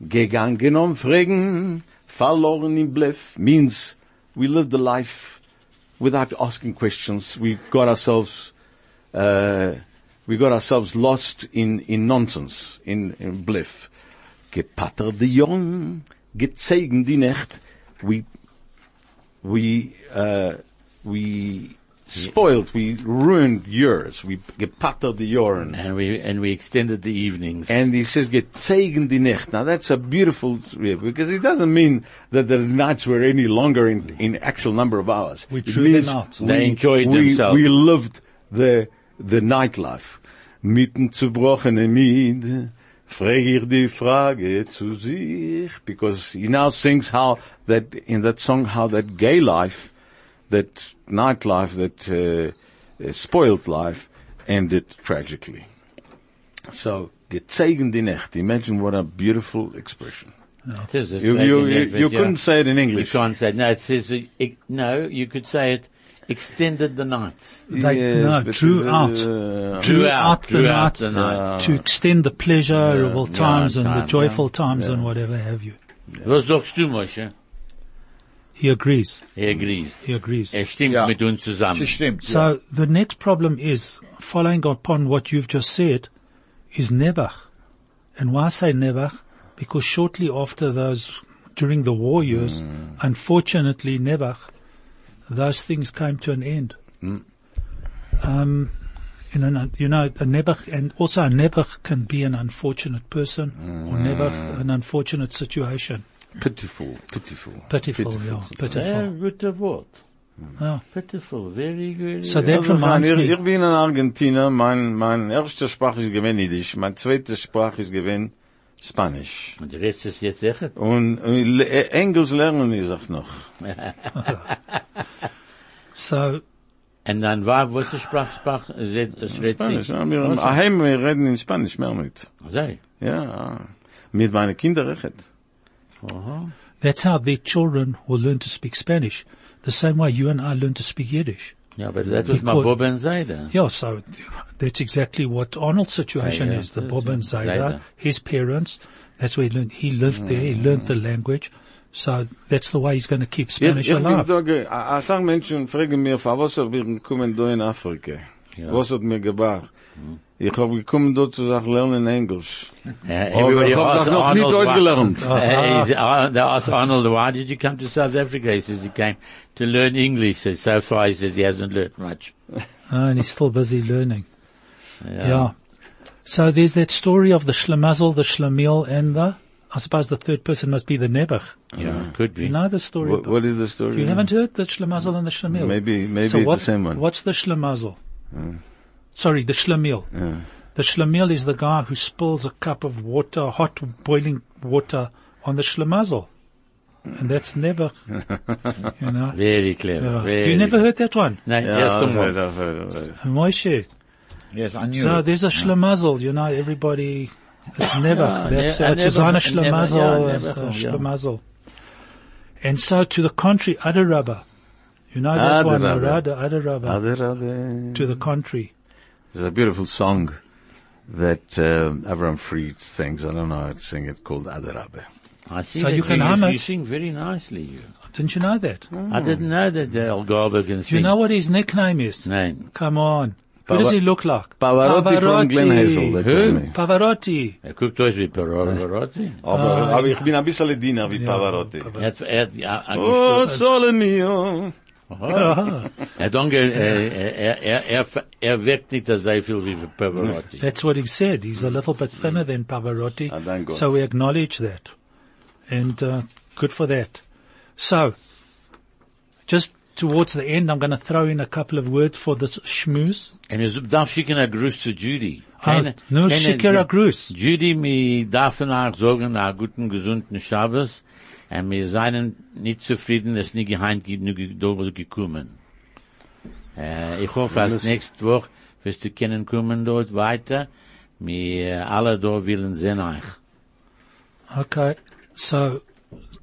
E: Gegangen um Fragen, verloren im Bluff, means we lived the life without asking questions. We got ourselves, uh, we got ourselves lost in, in nonsense, in, in Bluff. Gepatterte Jorn, gezeigen die Nacht, we we uh, we spoiled, we ruined yours. We gepattered the urn.
B: And we, and we extended the evenings.
E: And he says, "Gezeigen die Nacht." Now that's a beautiful yeah, because it doesn't mean that the nights were any longer in, in actual number of hours.
A: We
E: It
A: threw them
E: means
A: out.
E: we-
B: They enjoyed
E: we,
B: themselves.
E: We lived the the nightlife. Mitten zerbrochene Mied, frag ich die Frage zu sich, because he now sings how that in that song how that gay life that nightlife, that uh, uh, spoiled life, ended tragically. So, gezeigen die Nacht. Imagine what a beautiful expression.
B: It is, it's
E: You-
B: like
E: you-
B: in
E: you-
B: English,
E: you
B: yeah.
E: couldn't say it in English.
B: You can't say, no, it says, uh, ex- no, you could say it extended the night.
A: They- no,
E: but
A: drew
E: it's,
A: out.
E: Uh,
A: Drew
B: out-
A: out the
B: drew out
A: night
B: the night.
A: to extend the pleasurable
B: Yeah,
A: times and
B: time,
A: the joyful times and whatever have you.
B: Was sagst du, Moshe?
A: He agrees.
B: Er agrees.
A: He agrees.
B: Er stimmt
C: Ja.
B: mit uns zusammen.
C: Das stimmt.
A: So the next problem is following upon what you've just said is Nebuch. And why I say Nebuch? Because shortly after those, during the war years, unfortunately Nebuch, those things came to an end. Um, you know, you know, a Nebuch, and also a Nebuch can be an unfortunate person, or Nebuch, an unfortunate situation.
E: pitiful, pitiful.
A: Pitiful, yeah,
B: Sehr
A: pitiful.
B: Äh, guter Wort. Ah,
A: Yeah.
B: Pitiful, very, very.
A: So that
E: Also,
A: reminds
E: ich,
A: me.
E: ich bin in Argentinien, mein, mein erste Sprache ist gewesen Jiddisch, mein zweite Sprache ist gewesen Spanisch.
B: Und der Rest ist jetzt sicher.
E: Und, und Le- äh, Englisch lernen ich auch noch.
A: So
B: Und dann war, was ist Sprach, Sprach, es redet es redet
E: Spanisch,
B: sich.
E: ja, wir, daheim, wir reden in Spanisch mehr mit.
B: Sei.
E: Ja, mit meinen Kindern redet.
A: That's how their children will learn to speak Spanish, the same way you and I learn to speak Yiddish.
B: Ja, but that was my
A: Because-
B: Bob and Zayda.
A: Yeah, so that's exactly what Arnold's situation
B: Yeah, yeah.
A: is. The Bob and
B: Zayda.
A: Zayda, his parents, that's where he learned. He lived there, he learned the language, so that's the way he's going to keep Spanish
E: ich, ich bin
A: alive.
E: da, ge- a- a sag Menschen fragen mir, von was ich bin gekommen da in Afrika?
B: Ja.
E: Was hat mir gebracht? Ich hab gekommen da zu sagen, lernen Englisch.
B: Ja,
E: Aber
B: everybody
E: ich hab
B: asked
E: das noch nicht
B: Arnold
E: Deutsch
B: why-
E: gelernt.
B: Uh, is- uh, They asked Arnold, why did you come to South Africa? He says he came to learn English. So, so far he says he hasn't learned much.
A: Ah, and he's still busy learning. Yeah. So there's that story of the Schlemazel, the Schlemiel, and the, I suppose the third person must be the Nebuch.
B: Yeah, could be.
A: You know the story?
E: What,
A: about-
E: what is the story?
A: You haven't heard the Schlemazel and the Schlemiel?
E: Mm. Maybe- maybe
A: so
E: it's
A: what-
E: the same one. Uh.
A: What's the Schlemazel? Sorry, the Schlemiel. The Schlemiel is the guy who spills a cup of water, hot boiling water, on the Schlemazel. And that's never, you know.
B: Very clever.
A: Yeah.
B: Very
A: You never heard that one?
B: No,
E: Ja,
B: just the
E: I've
B: one.
E: heard, I've heard, I've heard.
A: Moshe.
C: Yes, I knew.
A: So
C: it.
A: there's a Schlemazel, you know, everybody, it's never,
B: Yeah,
A: that's
B: ne-
A: uh,
B: a
A: it's
B: Nebuch,
A: on a
B: a Nebuch,
A: Schlemazel,
B: yeah,
A: it's a
B: Nebuch, yeah.
A: Schlemazel. And so to the contrary, Adarabba. You know that one,
E: Adarabba.
A: Arada, Adarabba.
E: Ade, ade.
A: to the country.
E: There's a beautiful song that um, Avram Fried sings. I don't know how to sing it called Adarabe.
B: I see
A: So
B: that
A: you can
B: you,
A: hum
B: You
A: it.
B: sing very nicely. You.
A: Didn't you know that?
B: I didn't know that the Algarve can
A: Do
B: sing.
A: you know what his nickname is?
B: No.
A: Come on. Who does he look like?
E: Pavarotti from Glen Hazel, they call me.
A: Pavarotti.
B: Er guckt euch wie Pavarotti.
E: Aber, aber ich Ah, bin ein bisschen Diener wie Pavarotti.
B: Er hat, er hat, ja,
E: Oh,
B: angestoßen.
E: sole mio. Oh.
A: Aha.
B: Er hat ange, er, er, er, er, er wirkt nicht so viel wie Pavarotti.
A: That's what he said. He's a little bit thinner than Pavarotti.
E: Ah, thank God.
A: So we acknowledge that. And uh, good for that. So, just towards the end, I'm going to throw in a couple of words for this schmooze.
B: En je darf schicken een groes zu Judy.
A: Ah, nur schicken ein Gruß.
B: Judy, mir darf nach sagen, einen guten, gesunden Schabbos. Und wir seien nicht zufrieden, dass nie geheimt gibt, nur darüber gekommen. Äh, ich hoffe, als nächste Woche wirst du können kommen dort weiter. Wir alle da willen sehen euch.
A: Okay. So,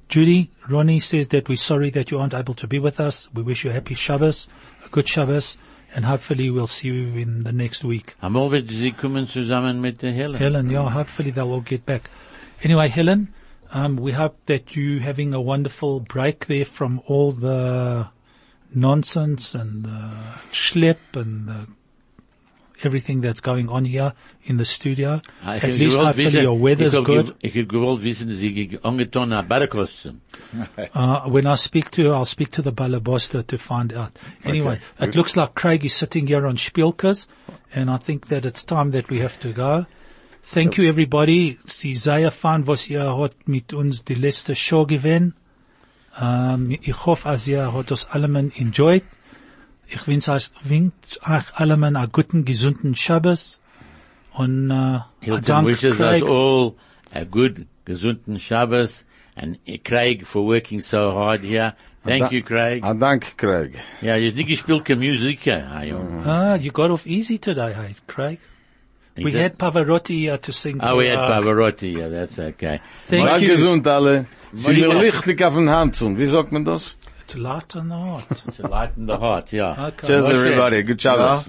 A: Judy, Ronnie says that we're sorry that you aren't able to be with us. We wish you a happy Shabbos, a good Shabbos, and hopefully we'll see you in the next week.
B: Einmal wird sie kommen zusammen mit der Helen.
A: Helen, yeah, hopefully they'll all get back. Anyway, Helen, um, we hope that you having a wonderful break there from all the nonsense and the schlep and the everything that's going on here in the studio.
B: Ah, Ich
A: At least
B: hab gewollt
A: hopefully
B: wissen-
A: your weather's
B: ich hab
A: good.
B: gew- Ich hab gewollt wissen, dass sie ge- angetan haben, Barkosten.
A: Uh, when I speak to her, I'll speak to the Balabosta to find out. Anyway, it looks like Craig is sitting here on Spielkas, and I think that it's time that we have to go. Thank you everybody. Sie sehr fan, was ihr hat mit uns die letzte Show gewesen. Um, ich hoffe, als ihr hat das allemen enjoyed. Ich wünsche euch, wünsche euch allemen einen guten, gesunden Schabbos. Und, uh, I
B: Hilton
A: thank
B: wishes us
A: Craig.
B: all a good, gesunden Shabbos and uh, Craig for working so hard here. Thank you, Craig.
E: Ah, danke, Craig.
B: Ja, je nicht gespielt keine Musik, ja. ja.
A: Ah, you got off easy today, hey, Craig. We
B: did-
A: had Pavarotti here to sing.
B: Oh, we
A: for
B: had
A: us.
B: Pavarotti, yeah, that's okay.
E: Bleib
A: Thank you.
E: gesund alle. Sie
B: Moin.
E: mir lichtig auf den Handschuh. Wie sagt man das?
A: To lighten the heart.
B: To lighten the heart, yeah.
A: Okay.
E: Cheers, everybody. Good Shabbos.